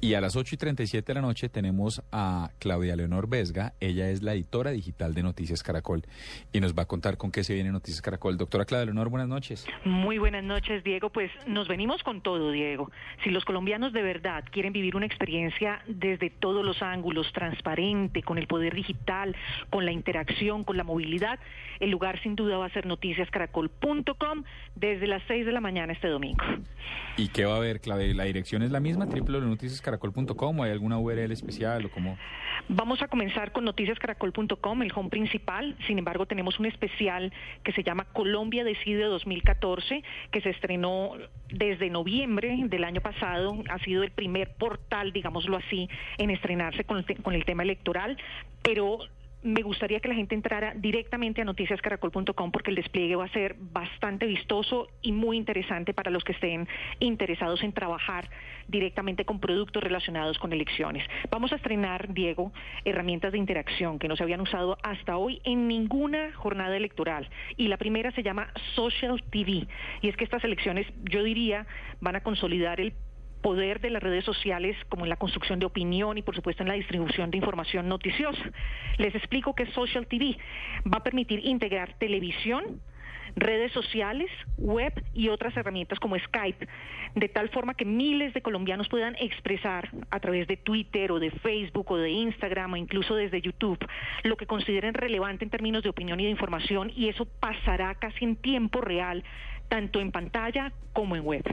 Speaker 1: Y a las 8 y 37 de la noche tenemos a Claudia Leonor Vesga. Ella es la editora digital de Noticias Caracol y nos va a contar con qué se viene Noticias Caracol. Doctora Claudia Leonor, buenas noches.
Speaker 24: Muy buenas noches, Diego. Pues nos venimos con todo, Diego. Si los colombianos de verdad quieren vivir una experiencia desde todos los ángulos, transparente, con el poder digital, con la interacción, con la movilidad, el lugar sin duda va a ser noticiascaracol.com desde las 6 de la mañana este domingo.
Speaker 1: ¿Y qué va a haber, Claudia? ¿La dirección es la misma? www.noticiascaracol.com o hay alguna URL especial o cómo?
Speaker 24: Vamos a comenzar con noticiascaracol.com, el home principal. Sin embargo, tenemos un especial que se llama Colombia Decide 2014, que se estrenó desde noviembre del año pasado. Ha sido el primer portal, digámoslo así, en estrenarse con el te- con el tema electoral. Pero me gustaría que la gente entrara directamente a noticiascaracol.com porque el despliegue va a ser bastante vistoso y muy interesante para los que estén interesados en trabajar directamente con productos relacionados con elecciones. Vamos a estrenar, Diego, herramientas de interacción que no se habían usado hasta hoy en ninguna jornada electoral. Y la primera se llama Social TV. Y es que estas elecciones, yo diría, van a consolidar el poder de las redes sociales como en la construcción de opinión y por supuesto en la distribución de información noticiosa. Les explico que Social TV va a permitir integrar televisión, redes sociales, web y otras herramientas como Skype, de tal forma que miles de colombianos puedan expresar a través de Twitter o de Facebook o de Instagram o incluso desde YouTube lo que consideren relevante en términos de opinión y de información y eso pasará casi en tiempo real, tanto en pantalla como en web.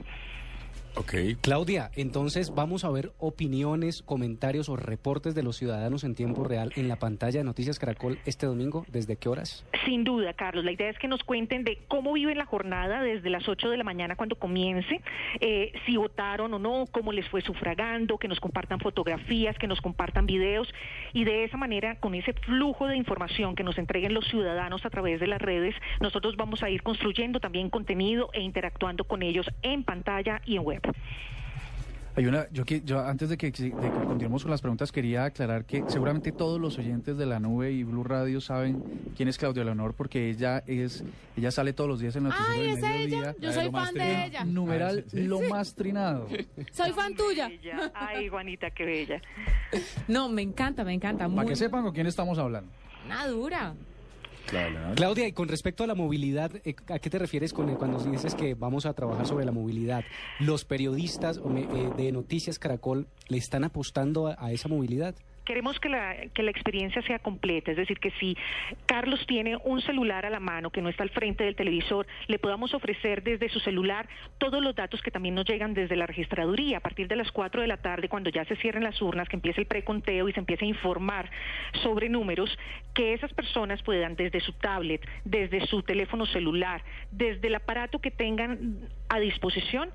Speaker 3: Okay. Claudia, entonces vamos a ver opiniones, comentarios o reportes de los ciudadanos en tiempo real en la pantalla de Noticias Caracol este domingo. ¿Desde qué horas?
Speaker 24: Sin duda, Carlos. La idea es que nos cuenten de cómo viven la jornada desde las 8 de la mañana cuando comience, eh, si votaron o no, cómo les fue sufragando, que nos compartan fotografías, que nos compartan videos y de esa manera, con ese flujo de información que nos entreguen los ciudadanos a través de las redes, nosotros vamos a ir construyendo también contenido e interactuando con ellos en pantalla y en web.
Speaker 4: Hay una, yo, que- yo antes de que, de que continuemos con las preguntas, quería aclarar que seguramente todos los oyentes de la nube y Blue Radio saben quién es Claudia Leonor, porque ella es, ella sale todos los días en la
Speaker 16: Ay, ¿es ella? Yo soy fan de ella.
Speaker 4: Numeral lo
Speaker 16: Ah, Sí.
Speaker 4: más trinado.
Speaker 16: Soy fan tuya.
Speaker 24: Ay, Juanita, qué bella.
Speaker 2: No, me encanta, me encanta.
Speaker 4: Para
Speaker 2: Muy
Speaker 4: que sepan con quién estamos hablando.
Speaker 2: una dura.
Speaker 3: Claudia, y con respecto a la movilidad, eh, ¿a qué te refieres con, cuando dices que vamos a trabajar sobre la movilidad? ¿Los periodistas o me- eh, de Noticias Caracol le están apostando a- a esa movilidad?
Speaker 24: Queremos que la, que la experiencia sea completa, es decir, que si Carlos tiene un celular a la mano que no está al frente del televisor, le podamos ofrecer desde su celular todos los datos que también nos llegan desde la registraduría a partir de las 4 de la tarde, cuando ya se cierren las urnas, que empiece el preconteo y se empiece a informar sobre números, que esas personas puedan desde su tablet, desde su teléfono celular, desde el aparato que tengan a disposición,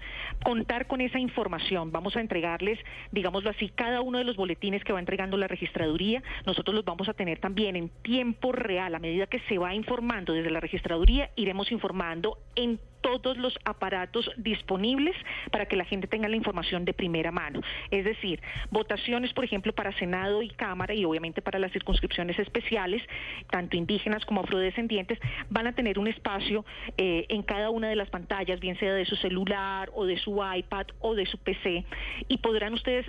Speaker 24: contar con esa información. Vamos a entregarles, digámoslo así, cada uno de los boletines que va entregando la registraduría, nosotros los vamos a tener también en tiempo real. A medida que se va informando desde la registraduría, iremos informando en todos los aparatos disponibles para que la gente tenga la información de primera mano. Es decir, votaciones, por ejemplo, para Senado y Cámara y obviamente para las circunscripciones especiales, tanto indígenas como afrodescendientes, van a tener un espacio eh, en cada una de las pantallas, bien sea de su celular o de su iPad o de su PC, y podrán ustedes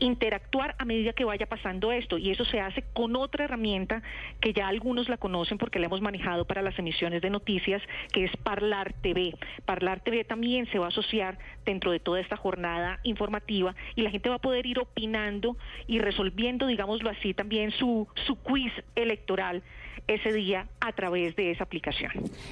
Speaker 24: interactuar a medida que vaya pasando esto y eso se hace con otra herramienta que ya algunos la conocen porque la hemos manejado para las emisiones de noticias que es Parlar TV. Parlar TV también se va a asociar dentro de toda esta jornada informativa y la gente va a poder ir opinando y resolviendo, digámoslo así, también su, su quiz electoral ese día a través de esa aplicación.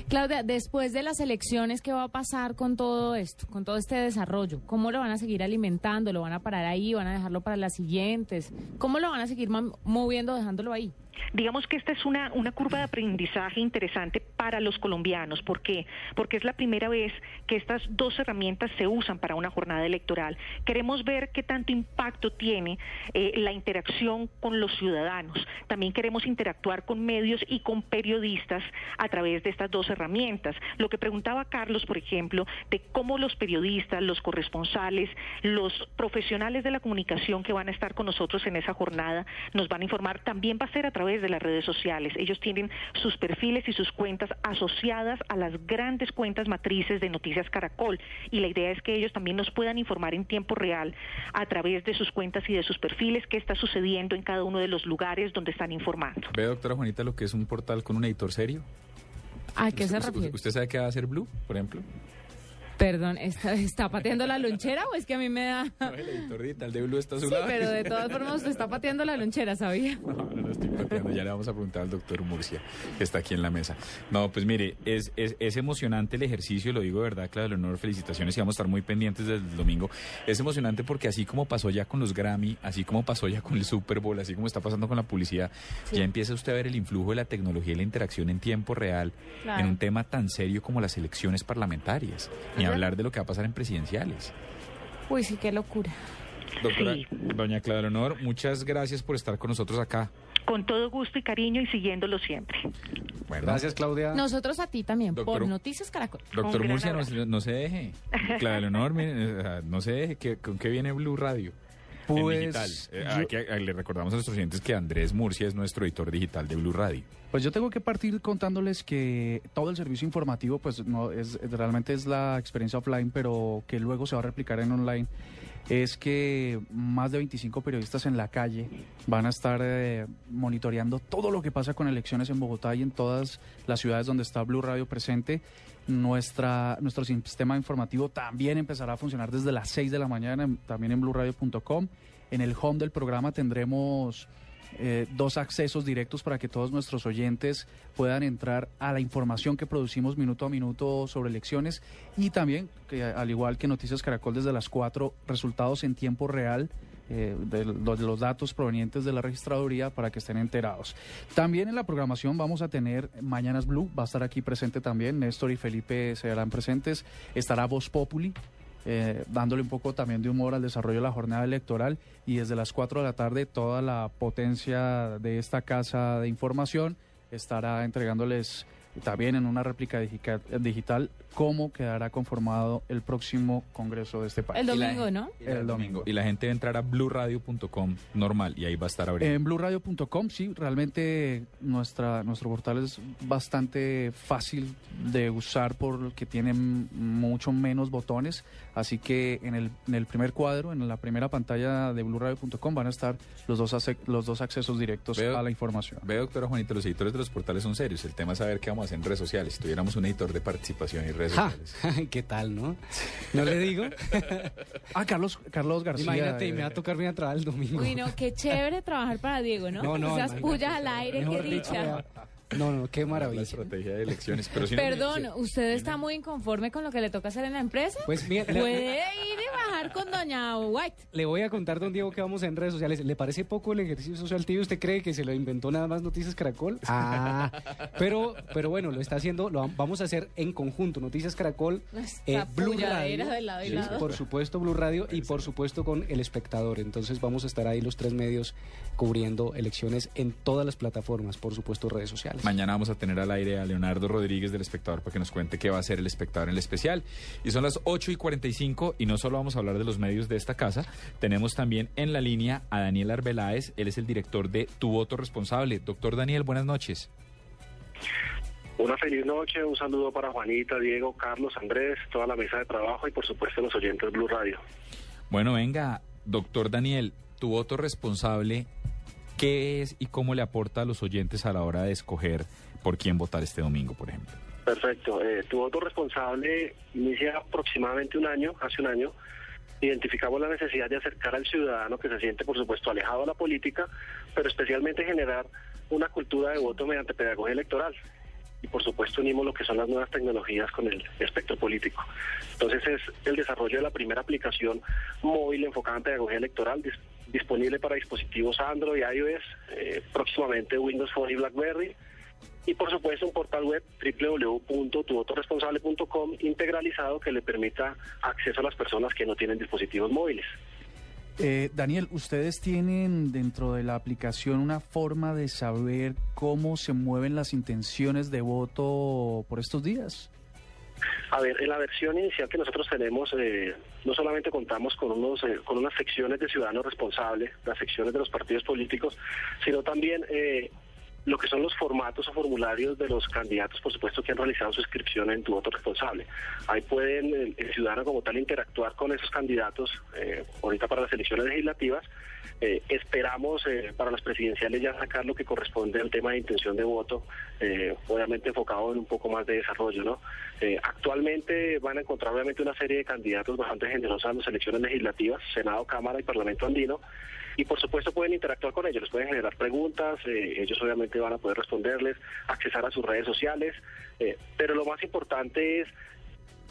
Speaker 2: Claudia, después de las elecciones, ¿qué va a pasar con todo esto, con todo este desarrollo? ¿Cómo lo van a seguir alimentando? ¿Lo van a parar ahí? ¿Van a dejarlo para las siguientes? ¿Cómo lo van a seguir mam- moviendo, dejándolo ahí?
Speaker 24: digamos que esta es una, una curva de aprendizaje interesante para los colombianos. ¿Por qué? Porque es la primera vez que estas dos herramientas se usan para una jornada electoral. Queremos ver qué tanto impacto tiene eh, la interacción con los ciudadanos. También queremos interactuar con medios y con periodistas a través de estas dos herramientas. Lo que preguntaba Carlos, por ejemplo, de cómo los periodistas, los corresponsales, los profesionales de la comunicación que van a estar con nosotros en esa jornada nos van a informar. También va a ser a través de las redes sociales. Ellos tienen sus perfiles y sus cuentas asociadas a las grandes cuentas matrices de Noticias Caracol. Y la idea es que ellos también nos puedan informar en tiempo real a través de sus cuentas y de sus perfiles qué está sucediendo en cada uno de los lugares donde están informando.
Speaker 28: ¿Ve, doctora Juanita, lo que es un portal con un editor serio?
Speaker 2: ¿A qué se
Speaker 28: ¿Usted-
Speaker 2: refiere?
Speaker 28: ¿Usted sabe qué va a hacer Blue, por ejemplo?
Speaker 2: Perdón, ¿está, está pateando la lonchera o es que a mí me da...
Speaker 28: El editor digital de Blue está a su
Speaker 2: Sí,
Speaker 28: lado.
Speaker 2: pero de todas formas usted está pateando la lonchera, ¿sabía?
Speaker 28: No, no lo estoy pateando. Ya le vamos a preguntar al doctor Murcia, que está aquí en la mesa. No, pues mire, es, es, es emocionante el ejercicio, lo digo de verdad, Claudia Leonor, felicitaciones y vamos a estar muy pendientes desde el domingo. Es emocionante porque así como pasó ya con los Grammy, así como pasó ya con el Super Bowl, así como está pasando con la publicidad,
Speaker 6: Sí.
Speaker 28: ya empieza usted a ver el influjo de la tecnología y la interacción en tiempo real
Speaker 6: Claro.
Speaker 28: en un tema tan serio como las elecciones parlamentarias, ni
Speaker 2: Ajá.
Speaker 28: hablar de lo que va a pasar en presidenciales.
Speaker 2: Uy, sí, qué locura.
Speaker 28: Doctora, doña Claudia Leonor, muchas gracias por estar con nosotros acá.
Speaker 24: Con todo gusto y cariño y siguiéndolo siempre.
Speaker 28: Gracias,
Speaker 3: Claudia.
Speaker 2: Nosotros a ti también, por
Speaker 28: Ah. Doctor-
Speaker 2: Noticias Caracol.
Speaker 28: Doctor Murcia, no, se- no se deje. Claudia Leonor, mire, o sea, no se deje. ¿Qué- ¿Con qué viene Blue Radio? En
Speaker 4: Pues,
Speaker 28: digital. Eh,
Speaker 4: yo-
Speaker 28: aquí, eh, le recordamos a nuestros oyentes que Andrés Murcia es nuestro editor digital de Blue Radio.
Speaker 4: Pues yo tengo que partir contándoles que todo el servicio informativo, pues no es realmente es la experiencia offline, pero que luego se va a replicar en online. es que más de 25 periodistas en la calle van a estar eh, monitoreando todo lo que pasa con elecciones en Bogotá y en todas las ciudades donde está Blue Radio presente. Nuestra, nuestro sistema informativo también empezará a funcionar desde las 6 de la mañana, en- también en blueradio.com. En el home del programa tendremos eh, dos accesos directos para que todos nuestros oyentes puedan entrar a la información que producimos minuto a minuto sobre elecciones y también, que, al igual que Noticias Caracol desde las 4, resultados en tiempo real. eh, de los, de los datos provenientes de la registraduría para que estén enterados. También en la programación vamos a tener Mañanas Blue, va a estar aquí presente también, Néstor y Felipe serán presentes, estará Voz Populi, eh, dándole un poco también de humor al desarrollo de la jornada electoral y desde las 4 de la tarde toda la potencia de esta casa de información estará entregándoles también en una réplica digica- digital cómo quedará conformado el próximo Congreso de este país.
Speaker 2: El domingo, ¿no?
Speaker 4: El domingo.
Speaker 28: Y la gente va a entrar a bluradio.com normal y ahí va a estar abriendo.
Speaker 4: En blueradio.com, sí, realmente nuestra, nuestro portal es bastante fácil de usar porque tiene m- mucho menos botones. Así que en el, en el primer cuadro, en la primera pantalla de blueradio.com van a estar los dos, ace- los dos accesos directos
Speaker 28: Veo-
Speaker 4: a la información.
Speaker 28: Ve, doctora Juanita, los editores de los portales son serios. El tema es saber qué vamos a hacer en redes sociales. Si tuviéramos un editor de participación y redes
Speaker 3: Ja,
Speaker 28: sociales.
Speaker 3: ¿Qué tal, no? ¿No le digo?
Speaker 4: ah, Carlos, Carlos García.
Speaker 3: Imagínate,
Speaker 4: eh,
Speaker 3: y me va a tocar venir a trabajar el domingo.
Speaker 2: Uy, no, qué chévere trabajar para Diego, ¿no?
Speaker 3: No, no,
Speaker 2: Esas
Speaker 3: imagínate.
Speaker 2: pullas al aire, qué
Speaker 3: Mejor dicho,
Speaker 2: dicha.
Speaker 3: No, no, qué maravilla.
Speaker 28: estrategia de elecciones, pero si no-
Speaker 2: Perdón, ¿usted está muy inconforme con lo que le toca hacer en la empresa?
Speaker 3: Pues mira, le-
Speaker 2: Puede ir y bajar con doña White.
Speaker 3: Le voy a contar, don Diego, que vamos en redes sociales. ¿Le parece poco el ejercicio social TV? ¿Usted cree que se lo inventó nada más Noticias Caracol? Ah, pero, pero bueno, lo está haciendo, lo vam- vamos a hacer en conjunto. Noticias Caracol, eh,
Speaker 2: Esta pulladera de lado y
Speaker 3: sí,
Speaker 2: lado.
Speaker 3: por supuesto Blue Radio y por supuesto con El Espectador. Entonces vamos a estar ahí los tres medios cubriendo elecciones en todas las plataformas, por supuesto redes sociales.
Speaker 28: Mañana vamos a tener al aire a Leonardo Rodríguez del Espectador para que nos cuente qué va a ser el Espectador en el especial. Y son las 8 y 45 y no solo vamos a hablar de los medios de esta casa, tenemos también en la línea a Daniel Arbeláez, él es el director de Tu Voto Responsable. Doctor Daniel, buenas noches.
Speaker 25: Una feliz noche, un saludo para Juanita, Diego, Carlos, Andrés, toda la mesa de trabajo y por supuesto los oyentes de Blue Radio.
Speaker 28: Bueno, venga, doctor Daniel, Tu Voto Responsable, ¿qué es y cómo le aporta a los oyentes a la hora de escoger por quién votar este domingo, por ejemplo?
Speaker 25: Perfecto. Eh, tu voto responsable inicia aproximadamente un año, hace un año. Identificamos la necesidad de acercar al ciudadano que se siente, por supuesto, alejado de la política, pero especialmente generar una cultura de voto mediante pedagogía electoral. Y, por supuesto, unimos lo que son las nuevas tecnologías con el espectro político. Entonces, es el desarrollo de la primera aplicación móvil enfocada en pedagogía electoral dis- disponible para dispositivos Android, iOS, eh, próximamente Windows Phone y BlackBerry y por supuesto un portal web www.tuvotoresponsable.com integralizado que le permita acceso a las personas que no tienen dispositivos móviles.
Speaker 4: Eh, Daniel, ¿ustedes tienen dentro de la aplicación una forma de saber cómo se mueven las intenciones de voto por estos días?
Speaker 25: A ver, en la versión inicial que nosotros tenemos, eh, no solamente contamos con, unos, eh, con unas secciones de ciudadanos responsables, las secciones de los partidos políticos, sino también eh, lo que son los formatos o formularios de los candidatos, por supuesto, que han realizado su inscripción en tu voto responsable. Ahí pueden el, el ciudadano como tal interactuar con esos candidatos eh, ahorita para las elecciones legislativas. Eh, esperamos eh, para las presidenciales ya sacar lo que corresponde al tema de intención de voto, eh, obviamente enfocado en un poco más de desarrollo. ¿no? Eh, actualmente van a encontrar obviamente una serie de candidatos bastante generosos en las elecciones legislativas, Senado, Cámara y Parlamento Andino. Y por supuesto pueden interactuar con ellos, les pueden generar preguntas, eh, ellos obviamente van a poder responderles, accesar a sus redes sociales, eh, pero lo más importante es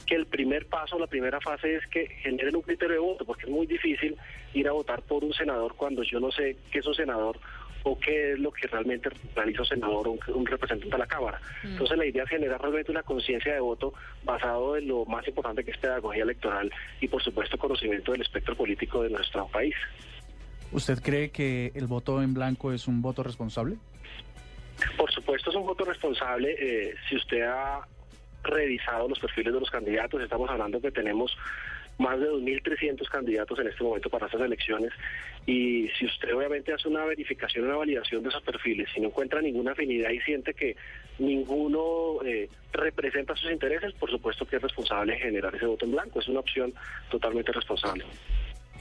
Speaker 25: que el primer paso, la primera fase es que generen un criterio de voto, porque es muy difícil ir a votar por un senador cuando yo no sé qué es un senador o qué es lo que realmente realiza un senador o un, un representante a la Cámara.
Speaker 6: Mm.
Speaker 25: Entonces la idea es generar realmente una conciencia de voto basado en lo más importante que es pedagogía electoral y por supuesto conocimiento del espectro político de nuestro país.
Speaker 4: ¿Usted cree que el voto en blanco es un voto responsable?
Speaker 25: Por supuesto, es un voto responsable. eh, si usted ha revisado los perfiles de los candidatos, estamos hablando que tenemos más de 2.300 candidatos en este momento para estas elecciones. Y si usted obviamente hace una verificación, una validación de esos perfiles, si no encuentra ninguna afinidad y siente que ninguno eh, representa sus intereses, por supuesto que es responsable generar ese voto en blanco. Es una opción totalmente responsable.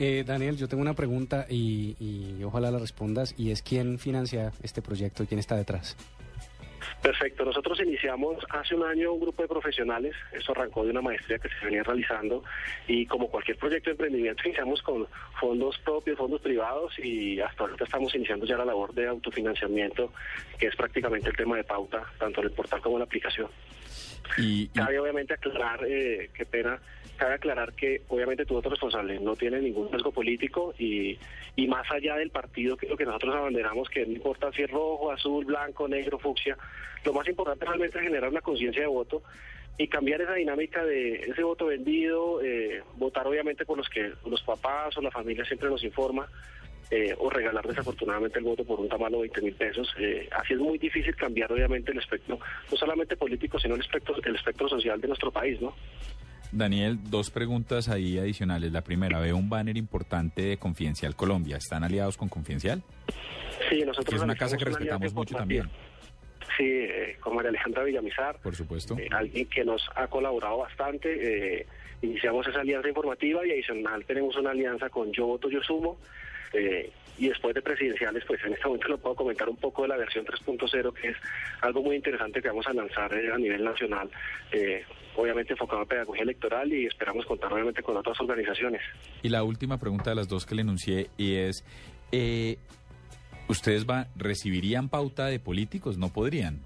Speaker 3: Eh, Daniel, yo tengo una pregunta y, y ojalá la respondas, y es quién financia este proyecto y quién está detrás.
Speaker 25: Perfecto, nosotros iniciamos hace un año un grupo de profesionales, eso arrancó de una maestría que se venía realizando y como cualquier proyecto de emprendimiento iniciamos con fondos propios, fondos privados y hasta ahorita estamos iniciando ya la labor de autofinanciamiento, que es prácticamente el tema de pauta, tanto en el portal como en la aplicación. Y, y... Cabe obviamente aclarar, eh, qué pena, cabe aclarar que obviamente tu otro responsable no tiene ningún riesgo político y, y más allá del partido, que lo que nosotros abanderamos, que no importa si es rojo, azul, blanco, negro, fucsia, lo más importante realmente es generar una conciencia de voto y cambiar esa dinámica de ese voto vendido, eh, votar obviamente por los que los papás o la familia siempre nos informa, eh, o regalar desafortunadamente el voto por un tamaño de 20 mil pesos. Eh, así es muy difícil cambiar obviamente el espectro, no solamente político, sino el espectro, el espectro social de nuestro país, ¿no?
Speaker 1: Daniel, dos preguntas ahí adicionales. La primera, veo un banner importante de Confidencial Colombia. ¿Están aliados con Confidencial?
Speaker 25: Sí, nosotros...
Speaker 1: es una casa que respetamos mucho también.
Speaker 25: Sí, eh, con María Alejandra Villamizar.
Speaker 1: Por supuesto.
Speaker 25: Eh, alguien que nos ha colaborado bastante. Eh, iniciamos esa alianza informativa y adicional tenemos una alianza con Yo Voto, Yo Sumo. Eh, y después de presidenciales, pues en este momento lo puedo comentar un poco de la versión 3.0, que es algo muy interesante que vamos a lanzar eh, a nivel nacional, Eh, obviamente enfocado en pedagogía electoral y esperamos contar obviamente con otras organizaciones.
Speaker 1: Y la última pregunta de las dos que le enuncié y es, eh, ¿Ustedes va, recibirían pauta de políticos? ¿No podrían?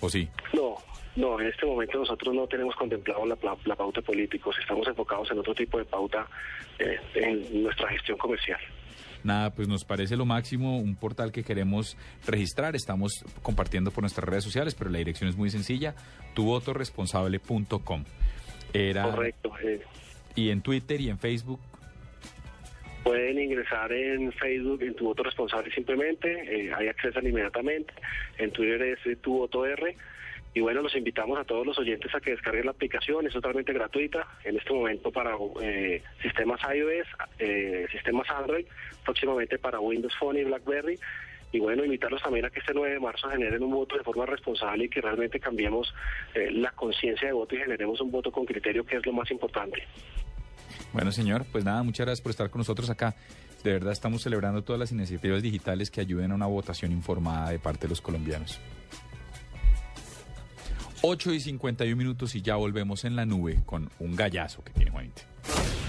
Speaker 1: ¿O sí?
Speaker 25: No, no, en este momento nosotros no tenemos contemplado la, la, la pauta de políticos. Estamos enfocados en otro tipo de pauta eh, en nuestra gestión comercial.
Speaker 1: Nada, pues nos parece lo máximo un portal que queremos registrar. Estamos compartiendo por nuestras redes sociales, pero la dirección es muy sencilla, tuvotoresponsable.com. Era...
Speaker 25: Correcto. Eh.
Speaker 1: Y en Twitter y en Facebook
Speaker 25: pueden ingresar en Facebook, en tu voto responsable simplemente, eh, ahí accesan inmediatamente, en Twitter es eh, tu voto R. Y bueno, los invitamos a todos los oyentes a que descarguen la aplicación, es totalmente gratuita en este momento para eh, sistemas iOS, eh, sistemas Android, próximamente para Windows Phone y BlackBerry. Y bueno, invitarlos también a que este 9 de marzo generen un voto de forma responsable y que realmente cambiemos eh, la conciencia de voto y generemos un voto con criterio, que es lo más importante.
Speaker 1: Bueno, señor, pues nada, muchas gracias por estar con nosotros acá. De verdad estamos celebrando todas las iniciativas digitales que ayuden a una votación informada de parte de los colombianos. 8 y 51 minutos y ya volvemos en la nube con un gallazo que tiene Juanita.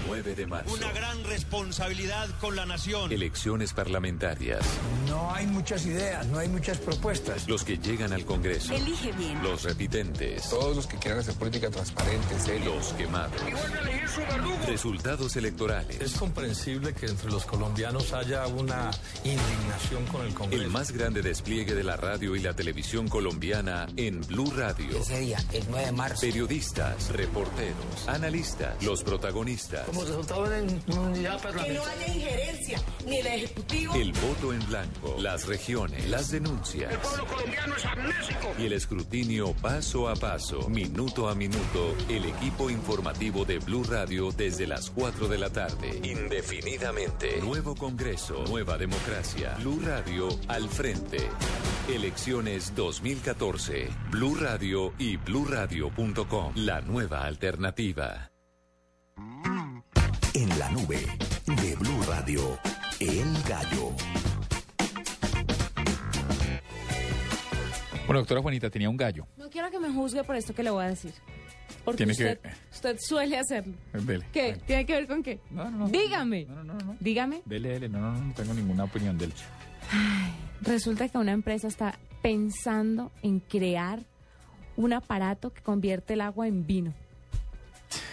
Speaker 5: 9 de marzo.
Speaker 29: Una gran responsabilidad con la nación.
Speaker 5: Elecciones parlamentarias.
Speaker 6: No hay muchas ideas, no hay muchas propuestas.
Speaker 5: Los que llegan al Congreso.
Speaker 30: Elige bien.
Speaker 5: Los repitentes.
Speaker 31: Todos los que quieran hacer política transparente, serio.
Speaker 5: Los quemados.
Speaker 32: Y van a elegir su verdugo.
Speaker 5: Resultados electorales.
Speaker 16: Es comprensible que entre los colombianos haya una indignación con el Congreso.
Speaker 5: El más grande despliegue de la radio y la televisión colombiana en Blue Radio.
Speaker 33: Ese día, el 9 de marzo.
Speaker 5: Periodistas, reporteros, analistas, los protagonistas.
Speaker 19: Como resultado de unidad
Speaker 24: Que no haya injerencia ni el Ejecutivo.
Speaker 5: El voto en blanco, las regiones, las denuncias.
Speaker 34: El pueblo colombiano es amnésico.
Speaker 5: Y el escrutinio paso a paso, minuto a minuto, el equipo informativo de Blue Radio desde las 4 de la tarde. Indefinidamente. Nuevo Congreso, nueva democracia. Blue Radio al frente. Elecciones 2014. Blue Radio y bluradio.com. La nueva alternativa
Speaker 35: en la nube de Blue Radio, El Gallo.
Speaker 1: Bueno, doctora Juanita, tenía un gallo.
Speaker 2: No quiero que me juzgue por esto que le voy a decir. Porque usted, que... usted, suele hacerlo.
Speaker 1: Dele,
Speaker 2: ¿Qué?
Speaker 1: Dele.
Speaker 2: ¿Tiene que ver con qué?
Speaker 1: No, no, no.
Speaker 2: Dígame.
Speaker 1: No, no, no.
Speaker 2: Dígame.
Speaker 1: Dele, dele. No, no, no, tengo ninguna opinión de él.
Speaker 2: Resulta que una empresa está pensando en crear un aparato que convierte el agua en vino.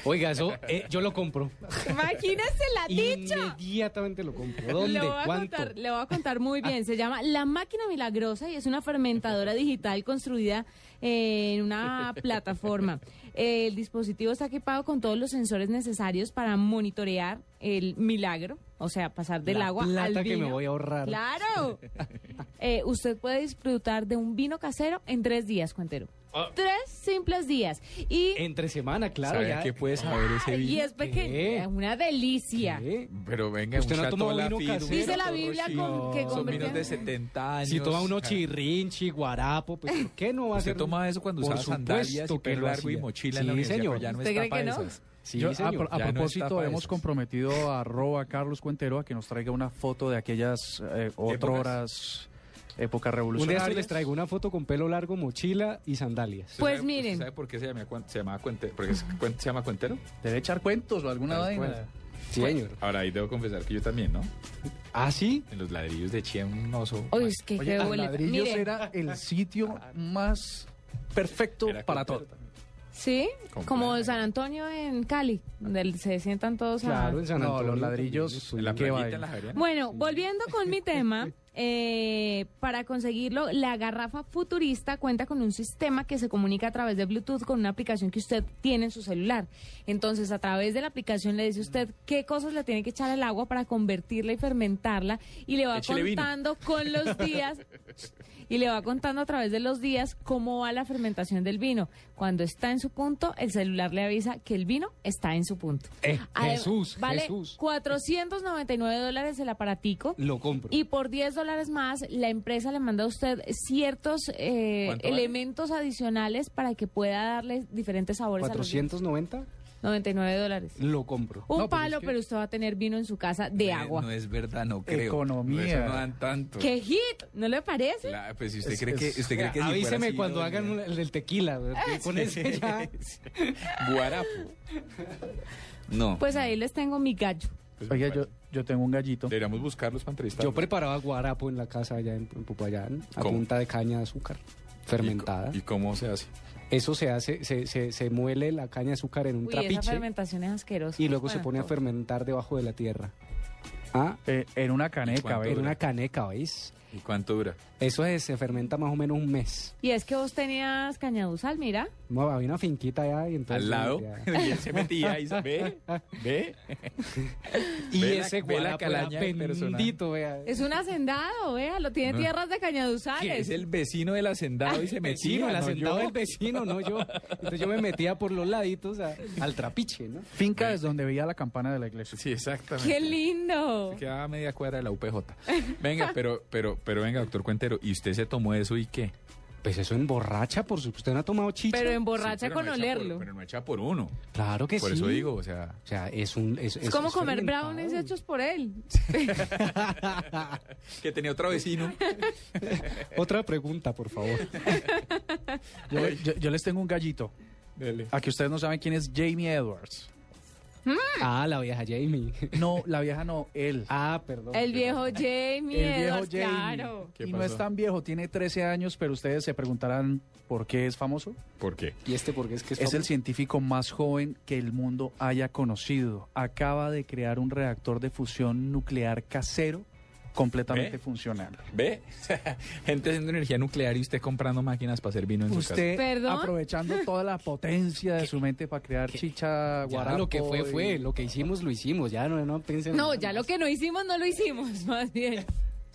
Speaker 3: Oiga, eso eh, yo lo compro.
Speaker 2: Imagínese la dicha.
Speaker 3: Inmediatamente lo compro. ¿Dónde?
Speaker 2: Le voy a
Speaker 3: ¿Cuánto? Ah.
Speaker 2: Contar, le voy a contar muy bien. Se llama La Máquina Milagrosa y es una fermentadora digital construida eh, en una plataforma. Eh, El dispositivo está equipado con todos los sensores necesarios para monitorear el milagro, o sea, pasar del
Speaker 3: la
Speaker 2: agua
Speaker 3: plata
Speaker 2: al vino.
Speaker 3: que me voy a ahorrar.
Speaker 2: Claro. Eh, usted puede disfrutar de un vino casero en tres días, Cuentero.
Speaker 3: Ah.
Speaker 2: Oh. Tres simples días. Y
Speaker 3: Entre semana, claro.
Speaker 1: ¿Sabe
Speaker 3: ya.
Speaker 1: qué puede saber ese vino?
Speaker 2: Y es pequeño. Es una delicia.
Speaker 3: ¿Qué?
Speaker 1: Pero venga,
Speaker 3: Usted
Speaker 1: un
Speaker 3: no toma
Speaker 1: Chateau
Speaker 3: vino
Speaker 1: Lafite, un
Speaker 3: casero.
Speaker 2: Dice la
Speaker 1: Chateau
Speaker 2: Biblia
Speaker 1: Rocher.
Speaker 2: con- que
Speaker 1: Son vinos
Speaker 2: convirtieron-
Speaker 1: de 70 años.
Speaker 3: Si toma uno
Speaker 1: Claro.
Speaker 3: chirrinchi, guarapo, pues ¿por qué no va a
Speaker 1: Usted
Speaker 3: ser?
Speaker 1: tomaba eso cuando
Speaker 3: Por
Speaker 1: usaba sandalias y
Speaker 3: supuesto que
Speaker 1: pelo
Speaker 3: lo
Speaker 1: largo y
Speaker 3: hacía.
Speaker 1: mochila en
Speaker 3: Sí,
Speaker 1: la universidad,
Speaker 3: señor.
Speaker 1: pero ya no
Speaker 2: ¿Usted
Speaker 1: está
Speaker 2: cree
Speaker 1: para
Speaker 2: que no?
Speaker 1: esas.
Speaker 3: Sí,
Speaker 4: Yo, ah,
Speaker 3: señor,
Speaker 4: a, a
Speaker 3: ya no está
Speaker 4: propósito,
Speaker 3: pa'
Speaker 4: hemos
Speaker 3: esas.
Speaker 4: comprometido a arroba Carlos Cuentero a que nos traiga una foto de aquellas eh, otroras épocas
Speaker 3: Un día
Speaker 4: revolucionarias.
Speaker 3: sí les traigo una foto con pelo largo, mochila y sandalias.
Speaker 2: Pues
Speaker 1: ¿Usted sabe- usted ¿Sabe por qué se llama, Cuen- se llamaba Cuentero? Porque es- Cuen- se llama Cuentero?
Speaker 4: Debe echar cuentos o alguna
Speaker 1: Tal
Speaker 4: vaina.
Speaker 1: cual. Bueno, Ahora ahí debo confesar que yo también, ¿no?
Speaker 3: ¿Ah, sí?
Speaker 1: En los ladrillos de Chía un oso.
Speaker 2: Oye, es que qué
Speaker 4: Oye, a
Speaker 2: boleta.
Speaker 4: ladrillos
Speaker 2: Mire.
Speaker 4: era el sitio más perfecto para todo.
Speaker 2: ¿Sí?
Speaker 4: Completo.
Speaker 2: Como San Antonio en Cali, donde el- se sientan todos a...
Speaker 4: No, los ladrillos.
Speaker 1: la
Speaker 4: qué
Speaker 1: playita,
Speaker 4: vaina.
Speaker 1: en la Javeriana.
Speaker 2: Bueno, volviendo con mi tema, eh, para conseguirlo, la garrafa futurista cuenta con un sistema que se comunica a través de Bluetooth con una aplicación que usted tiene en su celular. Entonces, a través de la aplicación le dice usted qué cosas le tiene que echar al agua para convertirla y fermentarla y le va
Speaker 1: Échele vino.
Speaker 2: contando con los días y le va contando a través de los días cómo va la fermentación del vino. Cuando está en su punto, el celular le avisa que el vino está en su punto. Adem-
Speaker 3: Eh, Jesús,
Speaker 2: vale
Speaker 3: Jesús.
Speaker 2: 499 dólares el aparatico.
Speaker 3: Lo compro.
Speaker 2: Y por 10 dólares más, la empresa le manda a usted ciertos eh,
Speaker 3: ¿Cuánto vale?
Speaker 2: elementos adicionales para que pueda darle diferentes sabores a los vinos.
Speaker 3: 490,
Speaker 2: 99 dólares.
Speaker 3: lo compro.
Speaker 2: Un palo,
Speaker 3: eh,
Speaker 2: pero usted va a tener vino en su casa de agua.
Speaker 1: No es verdad, no creo.
Speaker 4: Economía.
Speaker 1: Por eso no dan tanto.
Speaker 2: ¡Qué hit! ¿No le parece?
Speaker 1: La- pues si usted
Speaker 3: Es-
Speaker 1: cree que,
Speaker 3: es-
Speaker 1: usted cree que si fuera
Speaker 3: Avíseme
Speaker 1: así,
Speaker 3: cuando
Speaker 1: no,
Speaker 3: hagan un- el del tequila. porque Con ese ya.
Speaker 1: Guarapo. No.
Speaker 2: Pues ahí les tengo mi gallo.
Speaker 4: Oiga, yo, yo tengo un gallito.
Speaker 1: Deberíamos buscarlos para entrevistar.
Speaker 3: Yo preparaba guarapo en la casa allá en, en Popayán, a punta de caña de azúcar fermentada.
Speaker 1: ¿Y cómo se hace?
Speaker 3: Eso se hace, se, se, se muele la caña de azúcar en un
Speaker 2: Uy, esa
Speaker 3: trapiche
Speaker 2: fermentación es asquerosa.
Speaker 3: y luego se
Speaker 2: Bueno,
Speaker 3: pone a fermentar debajo de la tierra. Ah,
Speaker 4: Eh, en una
Speaker 1: cuánto
Speaker 4: caneca, ¿ves?
Speaker 3: en una caneca, ¿veis?
Speaker 1: ¿Y cuánto dura?
Speaker 3: Eso es, se fermenta más o menos un mes.
Speaker 2: Y es que vos tenías cañaduzal, mira.
Speaker 3: No, había una finquita allá y entonces...
Speaker 1: Al lado.
Speaker 3: Pues, ya.
Speaker 1: Y él se metía y se ve, ve.
Speaker 3: Y
Speaker 1: Ve la-
Speaker 3: ese
Speaker 1: ve la
Speaker 3: guarapo era
Speaker 1: calaña del personaje.
Speaker 3: bendito, vea.
Speaker 2: Es un hacendado, vea, lo tiene
Speaker 1: No.
Speaker 2: tierras de
Speaker 1: Que
Speaker 2: cañaduzales.
Speaker 1: Ah. es el vecino del hacendado y se metía.
Speaker 3: Vecino, el
Speaker 1: ¿no?
Speaker 3: hacendado
Speaker 1: Yo-
Speaker 3: del vecino, no yo. Entonces yo me metía por los laditos a- al trapiche, ¿no?
Speaker 4: Finca desde donde veía la campana de la iglesia.
Speaker 1: Sí, exactamente.
Speaker 2: ¡Qué lindo!
Speaker 1: Se quedaba a media cuadra de la UPJ. Venga, pero, pero, pero venga, doctor Cuentero, ¿y usted se tomó eso y qué?
Speaker 3: Pues eso emborracha, por supuesto. Usted no ha tomado chicha.
Speaker 2: Pero emborracha
Speaker 1: Sí, pero
Speaker 2: con
Speaker 1: no echa
Speaker 2: olerlo.
Speaker 1: por- pero no echa por uno.
Speaker 3: Claro que
Speaker 1: por
Speaker 3: sí.
Speaker 1: eso digo, o sea,
Speaker 3: O sea, es un... Es,
Speaker 2: es como comer
Speaker 3: fermentado.
Speaker 2: brownies hechos por él.
Speaker 1: que tenía otro vecino.
Speaker 3: Otra pregunta, por favor.
Speaker 4: Yo, yo- yo les tengo un gallito.
Speaker 1: Dele.
Speaker 4: A que ustedes no saben quién es Jamie Edwards.
Speaker 2: Mm.
Speaker 3: Ah, la vieja Jamie.
Speaker 4: No, la vieja no, él.
Speaker 3: Ah, perdón.
Speaker 2: El viejo Jamie,
Speaker 4: el
Speaker 2: Edwards,
Speaker 4: viejo Jamie.
Speaker 2: claro.
Speaker 1: ¿Qué
Speaker 4: y no
Speaker 1: pasó?
Speaker 4: es tan viejo, tiene 13 años, pero ustedes se preguntarán por qué es famoso.
Speaker 1: ¿Por qué?
Speaker 3: ¿Y este porque es que es,
Speaker 4: Es el
Speaker 3: famoso?
Speaker 4: científico más joven que el mundo haya conocido. Acaba de crear un reactor de fusión nuclear casero completamente
Speaker 1: ¿Ve?
Speaker 4: funcional.
Speaker 1: ¿Eh? ¿Ve? Gente haciendo energía nuclear y usted comprando máquinas para hacer vino en su casa.
Speaker 4: Usted
Speaker 2: ¿Perdón?
Speaker 4: aprovechando toda la potencia de su mente para crear chicha,
Speaker 3: Ya,
Speaker 4: guarapo.
Speaker 3: lo que fue,
Speaker 4: y-
Speaker 3: fue. Lo que hicimos, lo hicimos. Ya no, no piensen...
Speaker 2: No, ya lo que no hicimos, no lo hicimos, más bien.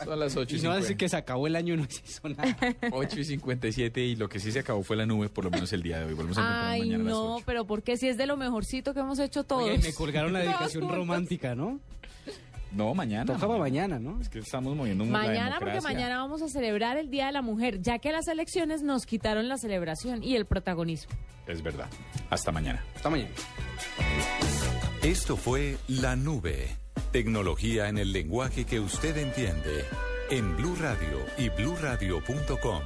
Speaker 1: Son las 8
Speaker 3: Y
Speaker 1: y,
Speaker 3: no va a decir
Speaker 1: 50.
Speaker 3: que se acabó el año y no se hizo nada.
Speaker 1: 8 y 57 y lo que sí se acabó fue la nube, por lo menos el día de hoy. Volvemos a encontrar
Speaker 2: Ay,
Speaker 1: mañana a las
Speaker 2: no,
Speaker 1: 8.
Speaker 2: pero porque si es de lo mejorcito que hemos hecho todos.
Speaker 3: Oye, me colgaron la
Speaker 2: Todos
Speaker 3: dedicación
Speaker 2: juntos.
Speaker 3: romántica, ¿no?
Speaker 1: No, mañana.
Speaker 3: Toca para mañana, ¿no?
Speaker 1: Es que estamos moviendo mucho
Speaker 2: Mañana, porque mañana vamos a celebrar el Día de la Mujer, ya que las elecciones nos quitaron la celebración y el protagonismo.
Speaker 1: Es verdad. Hasta mañana.
Speaker 3: Hasta mañana.
Speaker 5: Esto fue La Nube. Tecnología en el lenguaje que usted entiende. En Blue Radio y bluradio.com.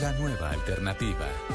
Speaker 5: La nueva alternativa.